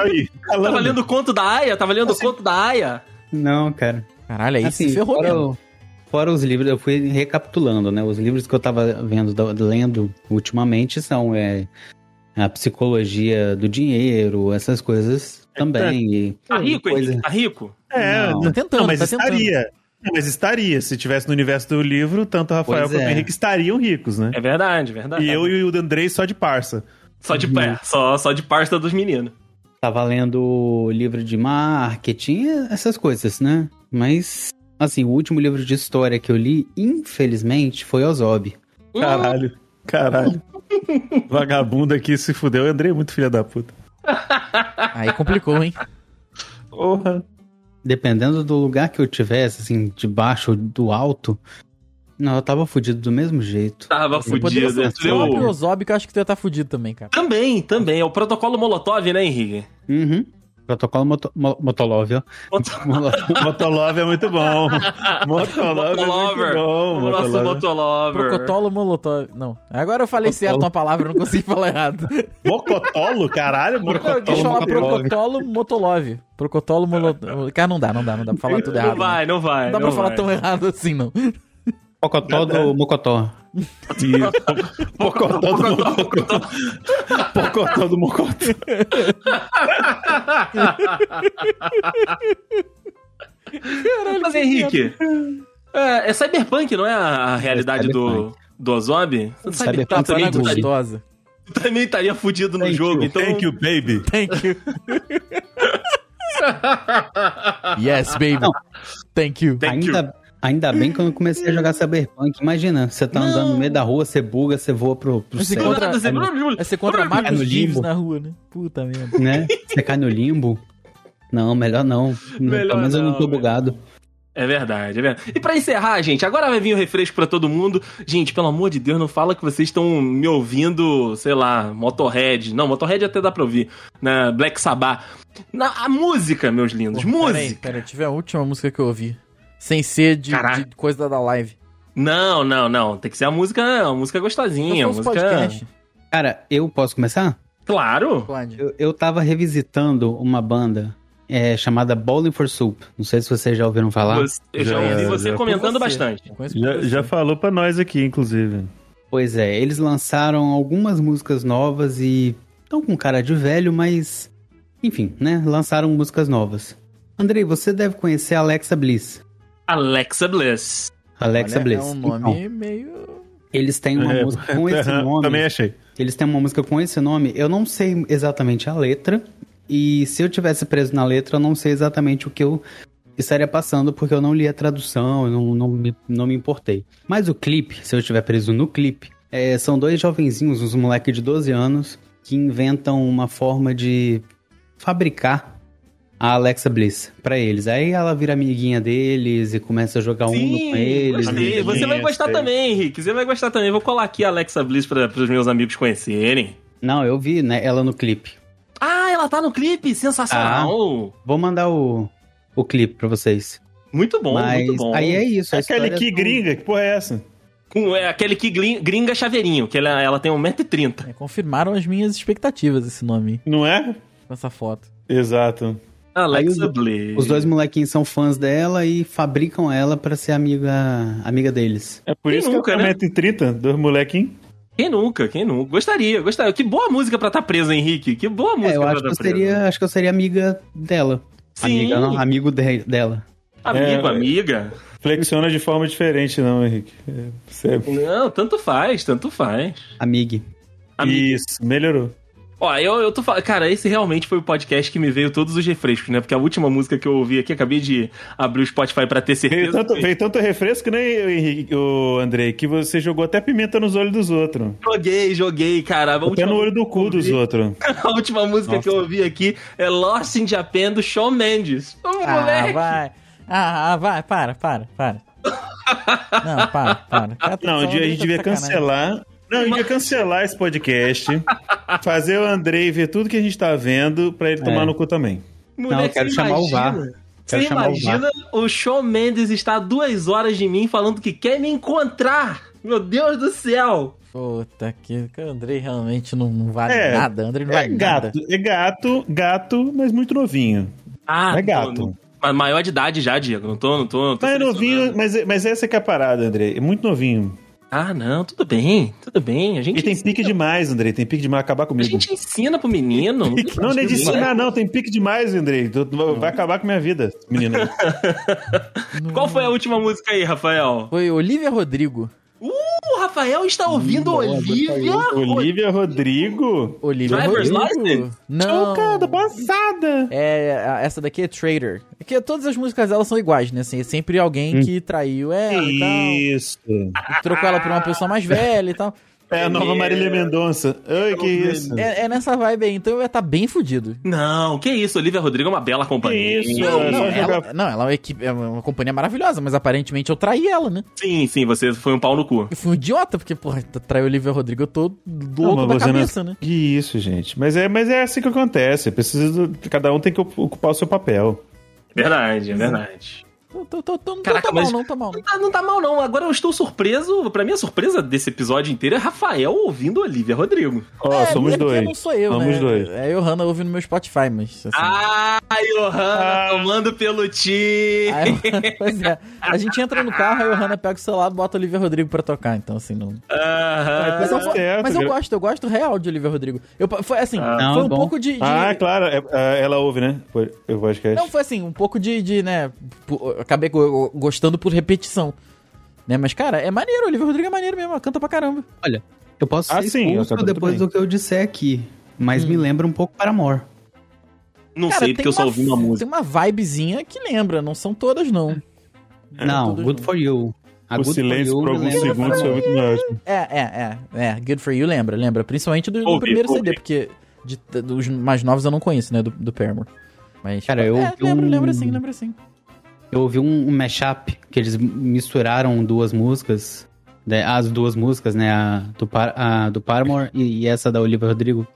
C: Aí,
D: Tava
C: calando.
D: lendo o conto da Aya? Tava lendo o
B: Assim,
D: conto da Aya?
E: não, cara.
B: Caralho, aí
E: Assim,
B: se ferrou
E: fora,
B: mesmo.
E: o- fora os livros, eu fui recapitulando, né? Os livros que eu tava vendo, da- lendo ultimamente são é, a psicologia do dinheiro, essas coisas também. e-
D: É, Tá rico,
E: coisa-
D: Henrique? Tá rico?
C: É,
E: Não.
C: não,
B: Tá tentando,
C: mas
B: tá tentando.
C: estaria. Não, mas estaria. Se tivesse no universo do livro, tanto o Rafael
E: Pois
C: quanto o
E: é.
C: Henrique estariam ricos, né?
D: É verdade, é verdade.
C: E eu e o Andrei só de parça.
D: Só de pé, só, só de parça dos meninos.
E: Tava lendo Tá livro de marketing, essas coisas, né? Mas, assim, o último livro de história que eu li, infelizmente, foi Ozob.
C: Caralho. Caralho. Vagabundo aqui se fudeu. O Andrei é muito filha da puta.
B: Aí complicou, hein?
C: Porra.
E: Dependendo do lugar que eu tivesse, assim, de baixo ou do alto, não, eu tava fudido do mesmo jeito.
D: Tava
B: poderia
D: fudido.
B: ser
D: né?
B: um solo pro
D: Eu...
B: Ozob, que eu acho que tu ia estar fudido também, cara.
D: Também, também. É o protocolo Molotov, né, Henrique?
E: Uhum. Protocolo moto, mo, Motolov, ó. Molotov.
C: Motolove é muito bom. Motolove é muito
D: Motolover.
C: bom.
D: o nosso
C: Motolove.
D: Motolover.
B: Procotolo Molotov. Não. Agora eu falei certo uma palavra, eu não consegui falar errado.
C: Mocotolo? Caralho,
B: Não, Deixa eu
C: Mocotolo.
B: falar
C: Mocotolo.
B: Procotolo Motolov. Procotolo Molotov. Cara, não dá, não dá, não dá pra falar tudo
D: Não
B: errado. né?
D: vai, é não vai.
B: Não dá
D: não
B: pra falar
D: vai.
B: tão errado assim, não.
E: Mocotó do Mocotó.
C: Isso. Mocotó do Mocotó. Mocotó do Mocotó.
D: Mas, Henrique, é, é Cyberpunk, não é a, a realidade do,
E: Cyberpunk.
D: do Ozob?
E: Cyberpunk
D: Tá, também,
B: Tana
E: é Google.
B: gostosa.
D: também estaria fudido no
E: Thank
D: jogo, então...
C: Thank you, baby.
B: Thank you. yes, baby.
E: Não.
B: Thank you.
D: Thank you.
E: Ainda, ainda bem que eu não comecei a jogar Cyberpunk. Imagina, você tá andando no meio da rua, você buga, você voa pro, pro
B: Mas você
E: céu,
B: encontra- Aí você contra
E: Tá no
B: Marcos Gives
E: limbo.
B: na rua, né? Puta merda.
E: né? Você cai no limbo. Não, melhor não.
D: Melhor
E: Pelo menos eu
D: não,
E: não tô
D: velho.
E: bugado.
D: É verdade, é verdade. E pra encerrar, gente, agora vai vir o refresco pra todo mundo. Gente, pelo amor de Deus, não fala que vocês estão me ouvindo, sei lá, Motorhead. Não, Motorhead até dá pra ouvir. Na Black Sabbath. Na, a música, meus lindos,
B: Pô, Peraí,
D: música.
B: peraí, eu tive a última música que eu ouvi. Sem ser de,
D: Caralho.
B: de coisa da live.
D: Não, não, não. Tem que ser a música, a música gostosinha, a
B: Nós
D: música. é.
B: fomos Então podcast.
E: Cara, eu posso começar?
D: Claro.
B: Cláudio.
E: Eu, eu tava revisitando uma banda é, chamada Bowling for Soup. Não sei se vocês já ouviram falar.
D: Você- Eu já
C: Já,
D: ouvi
B: é,
C: já.
D: você comentando
B: Você.
D: bastante.
B: Eu conheço
C: Já,
B: você.
C: já falou pra nós aqui, inclusive.
E: Pois é, eles lançaram algumas músicas novas e estão com cara de velho, mas enfim, né? Lançaram músicas novas. Andrei, você deve conhecer a Alexa Bliss.
D: Alexa Bliss.
E: Alexa
B: Olha,
E: Bliss.
B: É um
E: Então,
B: nome meio.
E: Eles têm uma
C: É,
E: música com esse
C: aham,
E: nome.
C: Também achei.
E: Eles têm uma música com esse nome. Eu não sei exatamente a letra. E se eu tivesse preso na letra, eu não sei exatamente o que eu estaria passando, porque eu não li a tradução, eu não, não, me, não me importei. Mas o clipe, se eu estiver preso no clipe, é, são dois jovenzinhos, uns moleques de 12 anos, que inventam uma forma de fabricar a Alexa Bliss pra eles. Aí ela vira amiguinha deles e começa a jogar um com eles.
D: gostei. Você vai
C: Amiguinhos,
D: gostar
C: sei.
D: também, Henrique. Você vai gostar também. Vou colar aqui a Alexa Bliss para os meus amigos conhecerem.
E: Não, eu vi né, ela no clipe.
D: Ah, ela tá no clipe! Sensacional!
E: Vou mandar o, o clipe pra vocês.
D: Muito bom,
E: Mas
D: muito bom.
E: aí é isso. a
C: Aquela
E: história
C: que
E: do-
C: gringa, que porra é essa?
D: Com- é aquele que grin- gringa chaveirinho, que ela, ela tem 1,30m.
B: é, confirmaram as minhas expectativas esse nome,
C: Não é?
B: com essa foto.
C: Exato.
D: Alexa
E: Aí os-
D: Bliss.
E: Os dois molequinhos são fãs dela e fabricam ela pra ser amiga, amiga deles.
C: É por
D: Quem
C: isso
D: nunca,
C: que
D: né?
C: eu tô 1,30, dois molequinhos.
D: Quem nunca, quem nunca? Gostaria, gostaria. Que boa música pra estar tá presa, Henrique. Que boa música
E: É, eu
D: pra
E: acho que,
D: tá
E: eu
D: presa.
C: né?
E: seria, acho que eu seria amiga dela.
D: Sim.
E: Amiga, não, amigo de- dela.
D: Amigo,
C: É.
D: amiga.
C: Flexiona de forma diferente, não, Henrique. É, você-
D: Não, tanto faz, tanto faz.
E: Amigue.
D: Amiga.
C: Isso, melhorou.
D: Ó, eu, eu tô falando. Cara, esse realmente foi o podcast que me veio todos os refrescos, né? Porque a última música que eu ouvi aqui, acabei de abrir o Spotify pra ter
C: Veio
D: certeza.
C: tanto,
D: que-
C: veio tanto refresco, né, Henrique, o Andrei, que você jogou até pimenta nos olhos dos outros.
D: Joguei, joguei, cara. A
C: Até
D: última-
C: no olho do cu dos outros.
D: A última música que eu ouvi aqui é Lost in Japan do Shawn Mendes. Ô,
B: Ah,
D: moleque!
B: vai. Ah, ah, vai, para, para, para. Não, para, para. Cara, tá
C: Não,
B: só
C: a gente
B: tá
C: devia
B: de sacanagem.
C: cancelar. Não, a gente devia cancelar esse podcast. fazer o Andrei ver tudo que a gente tá vendo pra ele tomar
E: É.
C: no cu também.
D: Moleque,
E: Não, eu quero
D: você
E: chamar o
D: imagina?
E: VAR.
D: Você
E: Quero chamar o
D: imagina o Shawn Mendes estar a duas horas de mim falando que quer me encontrar? Meu Deus do céu!
B: Puta que. que o Andrei realmente não, não vale
C: É,
B: nada. O Andrei não
C: É
B: vale nada.
C: gato, é gato, gato, mas muito novinho.
D: Ah,
C: É gato.
D: tô- mas maior de idade já, Diego. Não tô, não tô. Não tô
C: Mas é
D: selecionando.
C: novinho, mas, mas essa que é a parada, Andrei. É muito novinho.
D: Ah, não, tudo bem, tudo bem. A gente
C: E tem
D: ensina,
C: pique demais, Andrei. Tem pique demais. Acabar
D: a
C: comigo.
D: gente ensina pro menino.
C: Não, não é de
D: Ué,
B: né?
C: ensinar, não. Tem pique demais, Andrei. Tu- tu- Vai acabar com minha vida, menino.
D: Qual foi a última música aí, Rafael?
B: Foi Olivia Rodrigo.
D: O Rafael está ouvindo
C: Hum, tá
D: Olivia.
C: Olivia Rodrigo?
B: Olivia
D: Driver's
B: Rodrigo.
D: License?
B: Não.
C: Chocada, passada.
B: É, a- essa daqui é Traitor. É que todas as músicas elas são iguais, né? Assim, é sempre
C: Hum.
B: alguém que traiu ela e tal.
C: Isso.
B: e Trocou ela por uma pessoa mais velha e tal.
C: É a nova Marília Mendonça. Ai, que isso.
B: É, é nessa vibe aí, então eu ia estar bem fudido.
D: Não, que isso, Olivia Rodrigo é uma bela companhia.
C: Que isso,
D: Não,
C: é
B: Não,
C: só
B: ela,
C: jogar-
B: não, ela é uma, equipe- é uma companhia maravilhosa, mas aparentemente eu traí ela, né?
D: Sim, sim, você foi um pau no cu.
B: Eu fui um idiota, porque, porra, traiu Olivia Rodrigo, eu tô
C: Não,
B: louco
C: mas
B: da
C: você não- é
B: cabeça, né?
C: Que isso, gente. Mas é, mas é assim que acontece. Precisa do- Cada um tem que ocupar o seu papel.
D: Verdade, é verdade.
B: Tô, tô, tô, tô, não
D: Caraca,
B: tô mal,
D: mas-
B: não tô mal. não.
D: Não tá, não tá mal, não. Agora eu estou surpreso. Pra mim, a surpresa desse episódio inteiro é Rafael ouvindo Olivia Rodrigo.
C: Ó,
B: É,
C: somos
B: é porque
C: dois.
B: Não sou eu,
C: Somos
B: né?
C: dois.
B: É, eu, Hannah, ouve no meu Spotify, mas... assim,
D: Ah,
C: Ah.
D: Johanna, tomando pelo ti.
B: Aí eu- pois é. A gente entra no carro, aí o Hanna pega o celular, bota o Olivia Rodrigo pra tocar, então assim, não.
D: Aham.
B: Mas eu,
C: tá certo,
B: mas eu
C: cara.
B: gosto, eu gosto real de Olivia Rodrigo. Eu, pa- foi assim,
D: Ah,
E: não,
B: foi um
E: é bom.
B: pouco de. de-
C: Ah, claro. é- é, Ela ouve, né? Eu podcast.
B: Não, foi assim, um pouco de, de né? pu- eu Acabei go- gostando por repetição. Né? Mas, cara, é maneiro, Olivia Rodrigo é maneiro mesmo, ela canta pra caramba.
E: Olha, eu posso ser
C: Ah, sim, eu
E: expulso
C: tô- tudo
E: depois
C: bem.
E: do que eu disser aqui. Mas
B: Hum.
E: me lembra um pouco para Amor.
D: Não
B: cara,
D: sei, porque eu só ouvi uma música.
B: Tem uma vibezinha que lembra, não são todas, não.
E: Não,
B: tudo
E: Good
B: junto.
E: for You. A
C: É, O
E: Good né?
C: silêncio por
E: me
C: alguns
E: lembra-
C: segundos foi muito ótimo.
B: É, é, é. É, Good For You lembra, lembra. Principalmente do, do
D: Ouvi,
B: primeiro
D: ouvi.
B: CD, porque de- de- dos mais novos eu não conheço, né? Do, do Paramore. Mas,
E: Cara, eu
B: É,
E: ouvi
B: lembro,
E: um-
B: lembro sim, lembro sim.
E: Eu ouvi um, um mashup que eles misturaram duas músicas, né, as duas músicas, né? A do, Par, a do Paramore e, e essa da Olivia Rodrigo.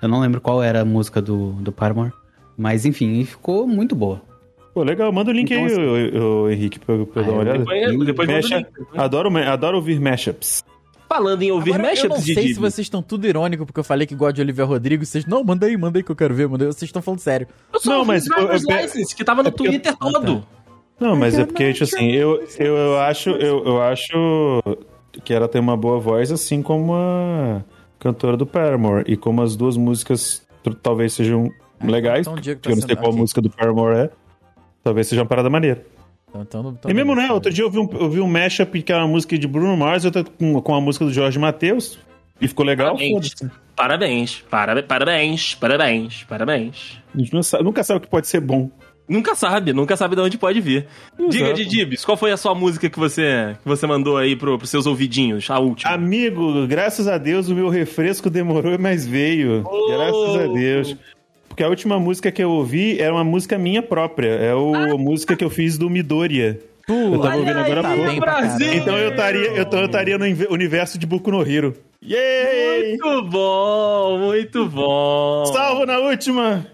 E: Eu não lembro qual era a música do, do Paramore, mas enfim, e ficou muito boa.
C: Pô, legal. Manda o link
E: Então,
C: aí,
E: assim-
C: o, Henrique, pra eu pra eu
E: Ah,
C: dar uma
E: eu
C: olhada.
D: Depois, depois manda o
C: Mexa-
D: link.
C: Adoro, ma- adoro ouvir mashups.
D: Falando em ouvir
B: Agora, eu não
D: mashups de
B: sei se vocês estão tudo irônico porque eu falei que gosta de Olivia Rodrigo. Vocês, não, manda aí, manda aí que eu quero ver, manda aí. Vocês estão falando sério.
D: Eu só
C: Não,
D: ouvi
C: mas
D: Driver's
C: eu- eu-
D: License, que tava no
C: é porque eu-
D: Twitter todo.
C: Não, mas é porque, tipo assim, eu, eu, eu acho, eu, eu acho que ela tem uma boa voz, assim como a cantora do Paramore. E como as duas músicas tr- talvez sejam legais,
B: então o Diego tá
C: porque eu não sei
B: sendo-
C: qual
B: ok.
C: música do Paramore é, talvez seja uma parada maneira.
B: Então, então, então
C: E mesmo
D: né,
C: não é, outro dia eu vi um, eu vi um mashup que era uma música de Bruno Mars, outra com, com a música do Jorge Matheus. E ficou legal,
D: Parabéns.
C: foda-se.
D: Parabéns, para- parabéns, parabéns, parabéns.
C: A gente não sabe- nunca sabe o que pode ser bom.
D: Nunca sabe, nunca sabe de onde pode vir. Diga,
B: Exato.
D: Didibs, qual foi a sua música que você, que você mandou aí pro, pros seus ouvidinhos, a última?
C: Amigo, graças a Deus o meu refresco demorou, mas veio.
D: Oh!
C: Graças a Deus. Porque a última música que eu ouvi era uma música minha própria. É o,
D: Ah.
C: a música que eu fiz do Midoriya.
B: Tu,
C: eu tava ouvindo agora há
B: tá
C: pouco.
B: bem pra caralho.
D: Brasil!
C: Então eu estaria eu tô- eu estaria no inve- universo de Boku no Hero. Yay!
D: Muito bom, muito bom.
C: Salvo na última!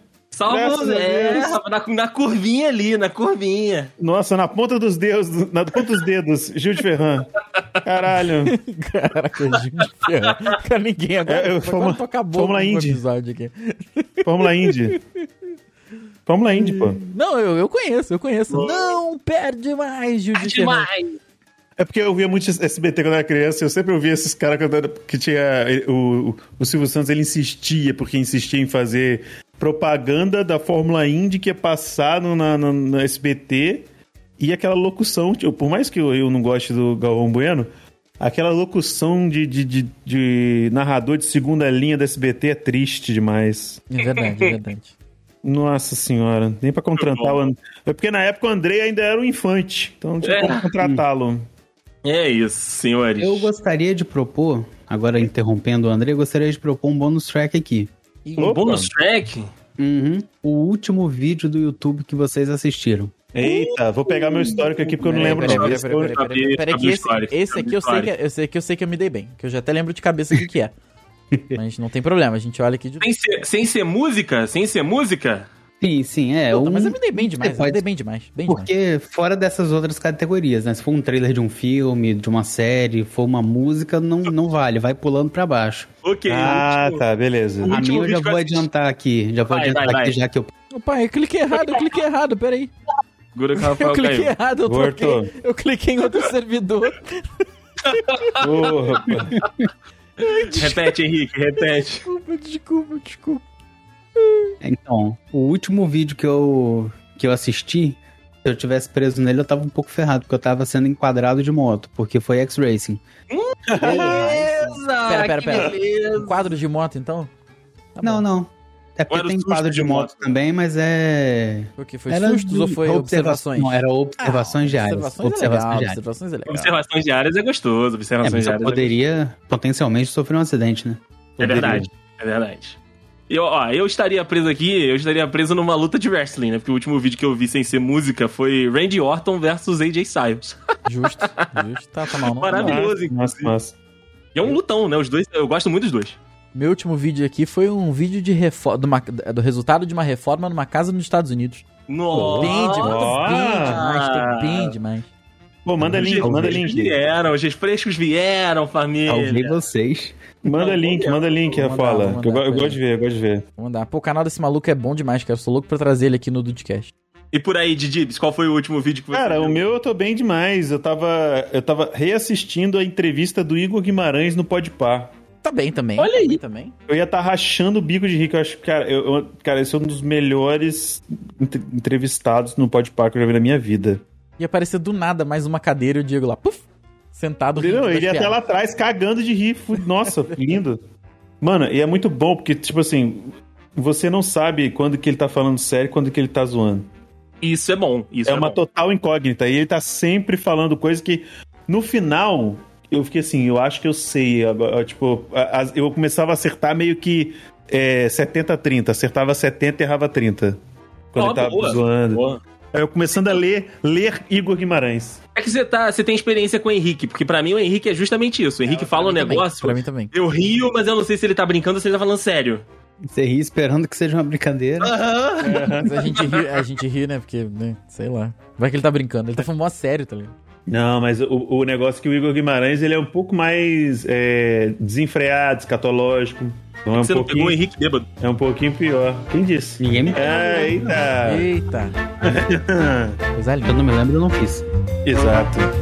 C: graças
D: Salvo,
C: a
D: é,
C: Deus.
D: na, na curvinha ali, na curvinha.
C: Nossa, na ponta dos dedos, na ponta dos dedos, Gil de Ferran. Caralho.
B: Caraca, gente, ferra. Cara, ninguém agora.
C: É, eu-
B: agora
C: fomos-
B: tu acabou
C: fomos lá,
B: com o
C: Indy.
B: episódio aqui.
C: Fórmula Indy. Fórmula Indy, pô.
B: Não, eu, eu conheço, eu conheço. Não perde mais, Gil de Ferran.
C: É porque eu via muito SBT quando eu era criança, eu sempre ouvia esses caras cantando. Que tinha. O, o Silvio Santos ele insistia, porque insistia em fazer propaganda da Fórmula Indy que ia passar no, na, na- na SBT. E aquela locução, tipo, por mais que eu, eu não goste do Galvão Bueno, aquela locução de, de, de- de narrador de segunda linha da SBT é triste demais.
B: É verdade, é verdade.
C: Nossa senhora, nem pra contratar o André. É porque na época o André ainda era um infante, então não tinha
D: É.
C: como contratá-lo.
D: É isso, senhores.
E: Eu gostaria de propor, agora interrompendo o André, eu gostaria de propor um bônus track aqui.
D: Um
C: Opa.
D: bônus track?
E: Uhum. O último vídeo do YouTube que vocês assistiram.
C: Eita, vou pegar meu histórico aqui porque eu não
B: Peraí,
C: lembro
B: É, peraí, peraí,
C: não. Esse
B: peraí,
C: foi-
B: peraí, peraí, peraí, peraí, que
D: Abre o
B: esse,
D: histórico,
B: esse
D: abre
B: aqui
D: o
B: eu sei, que, é,
D: histórico.
B: eu sei que eu sei que eu me dei bem, que eu já até lembro de cabeça o que, que é. Mas não tem problema, a gente olha aqui de
D: Sem ser, sem ser música? Sem ser música?
E: Sim, sim, é.
B: Puta,
E: um-
B: Mas eu me dei bem demais, eu me
E: pode-
B: dei bem demais. Bem demais.
E: Porque fora dessas outras categorias, né? Se for um trailer de um filme, de uma série, for uma música, não, não vale, vai pulando pra baixo.
D: Ok.
C: Ah,
D: último.
C: tá, beleza.
D: O
E: A
D: último
E: minha eu já
D: vídeo que eu
E: vou
D: assisti.
E: adiantar aqui, já vou
D: Vai,
E: adiantar
D: vai,
E: aqui,
D: vai.
E: já que eu
B: Opa, eu cliquei errado, eu cliquei errado, peraí.
D: Segura que o
B: Eu
D: Rafael
B: cliquei
D: caiu.
B: errado, eu troquei.
C: Voltou.
B: Eu cliquei em outro servidor.
C: Ô, rapaz.
D: Repete, Henrique, repete.
B: Desculpa, desculpa, desculpa.
E: Então, o último vídeo que eu, que eu assisti, se eu tivesse preso nele, eu tava um pouco ferrado, porque eu tava sendo enquadrado de moto, porque foi X-Racing.
D: Beleza!
B: Pera, pera,
D: Ah, que
B: pera.
D: beleza.
B: Um quadro de moto, então? Tá
E: não,
B: bom.
E: não. É
D: Ou
E: porque
D: era o
E: tem
D: susto
E: quadro de
D: de
E: moto,
D: moto? né?
E: também, mas é.
B: Foi o quê? Foi
E: era
B: sustos
E: de-
B: ou foi
E: observa-
B: observações? Ah,
E: Não, era observações diárias.
B: Observações,
E: Observações,
B: é legal,
E: diárias.
B: observações é legal.
D: Observações diárias é gostoso.
E: É,
D: Observações
E: mas eu
D: diárias é
E: poderia potencialmente sofrer um acidente, né?
D: É verdade, é verdade. Eu, ó, eu estaria preso aqui, eu estaria preso numa luta de wrestling, né? Porque o último vídeo que eu vi sem ser música foi Randy Orton versus AJ Styles.
B: Justo, justo. Tá, tá mal. Não,
D: Maravilhoso.
C: Nossa, nossa.
D: E é um lutão, né? Os dois, eu gosto muito dos dois.
B: Meu último vídeo aqui foi um vídeo de refo- de uma- do resultado de uma reforma numa casa nos Estados Unidos.
D: Nossa!
B: Bem demais, tô bem demais,
D: Ah.
B: tô bem demais.
C: Pô, manda
D: Os
C: link, manda
D: refrescos
B: é.
C: link. Tá
D: vieram, os refrescos vieram,
E: Salvei
D: família.
E: vocês.
C: Manda link, manda link,
B: Vou mandar, vou
C: Rafaela.
B: mandar,
C: Eu, go- eu
B: peraí.
C: gosto de ver, eu gosto de ver.
B: Vamos dar. Pô, o canal desse maluco é bom demais, cara. Eu sou louco pra trazer ele aqui no Dudcast.
D: E por aí, Didibs, qual foi o último vídeo que você
C: Cara,
D: viu?
C: o meu eu tô bem demais. Eu tava, eu tava reassistindo a entrevista do Igor Guimarães no Podpah.
B: Tá bem também. Olha aí. também.
C: Eu ia estar rachando o bico de rico. Eu acho que, cara, eu, eu- cara, esse é um dos melhores entre- entrevistados no Podpah que eu já vi na minha vida.
B: E aparecer do nada mais uma cadeira e o Diego lá, puf, sentado. rindo
C: Não,
B: das
C: ele ia até
B: piadas.
C: lá atrás cagando de rir. Fu- Nossa, lindo. Mano, e é muito bom, porque, tipo assim, você não sabe quando que ele tá falando sério e quando que ele tá zoando.
D: Isso é bom, isso
C: é
D: é,
C: uma
D: bom.
C: total incógnita. E ele tá sempre falando coisa que, no final, eu fiquei assim, eu acho que eu sei. eu- eu, Tipo, a- a- eu começava a acertar meio que é, 70-30. Acertava 70 e errava 30. Quando
D: Ó,
C: ele tava
D: boa.
C: zoando.
D: Boa.
C: Aí eu começando a ler, ler Igor Guimarães.
D: É que você, tá, você tem experiência com o Henrique, porque pra mim o Henrique é justamente isso. O Henrique
B: Pra
D: fala um
B: mim também,
D: negócio,
B: Pra mim também.
D: eu rio, mas eu não sei se ele tá brincando ou se ele tá falando sério.
E: Você ri esperando que seja uma brincadeira.
D: Aham.
B: Mas a gente, ri, a gente ri, né? Porque, né, sei lá. Vai que ele tá brincando. Ele tá falando mó sério, tá ligado?
C: Não, mas o, o negócio é que o Igor Guimarães ele é um pouco mais é, desenfreado, escatológico. Então é um,
D: Você não pegou o
C: pouquinho,
D: Henrique bêbado.
C: é um pouquinho pior. Quem disse?
E: Ninguém me.
C: É, Eita!
B: Eita. Coisa linda.
E: Eu não me lembro, eu não fiz.
C: Exato.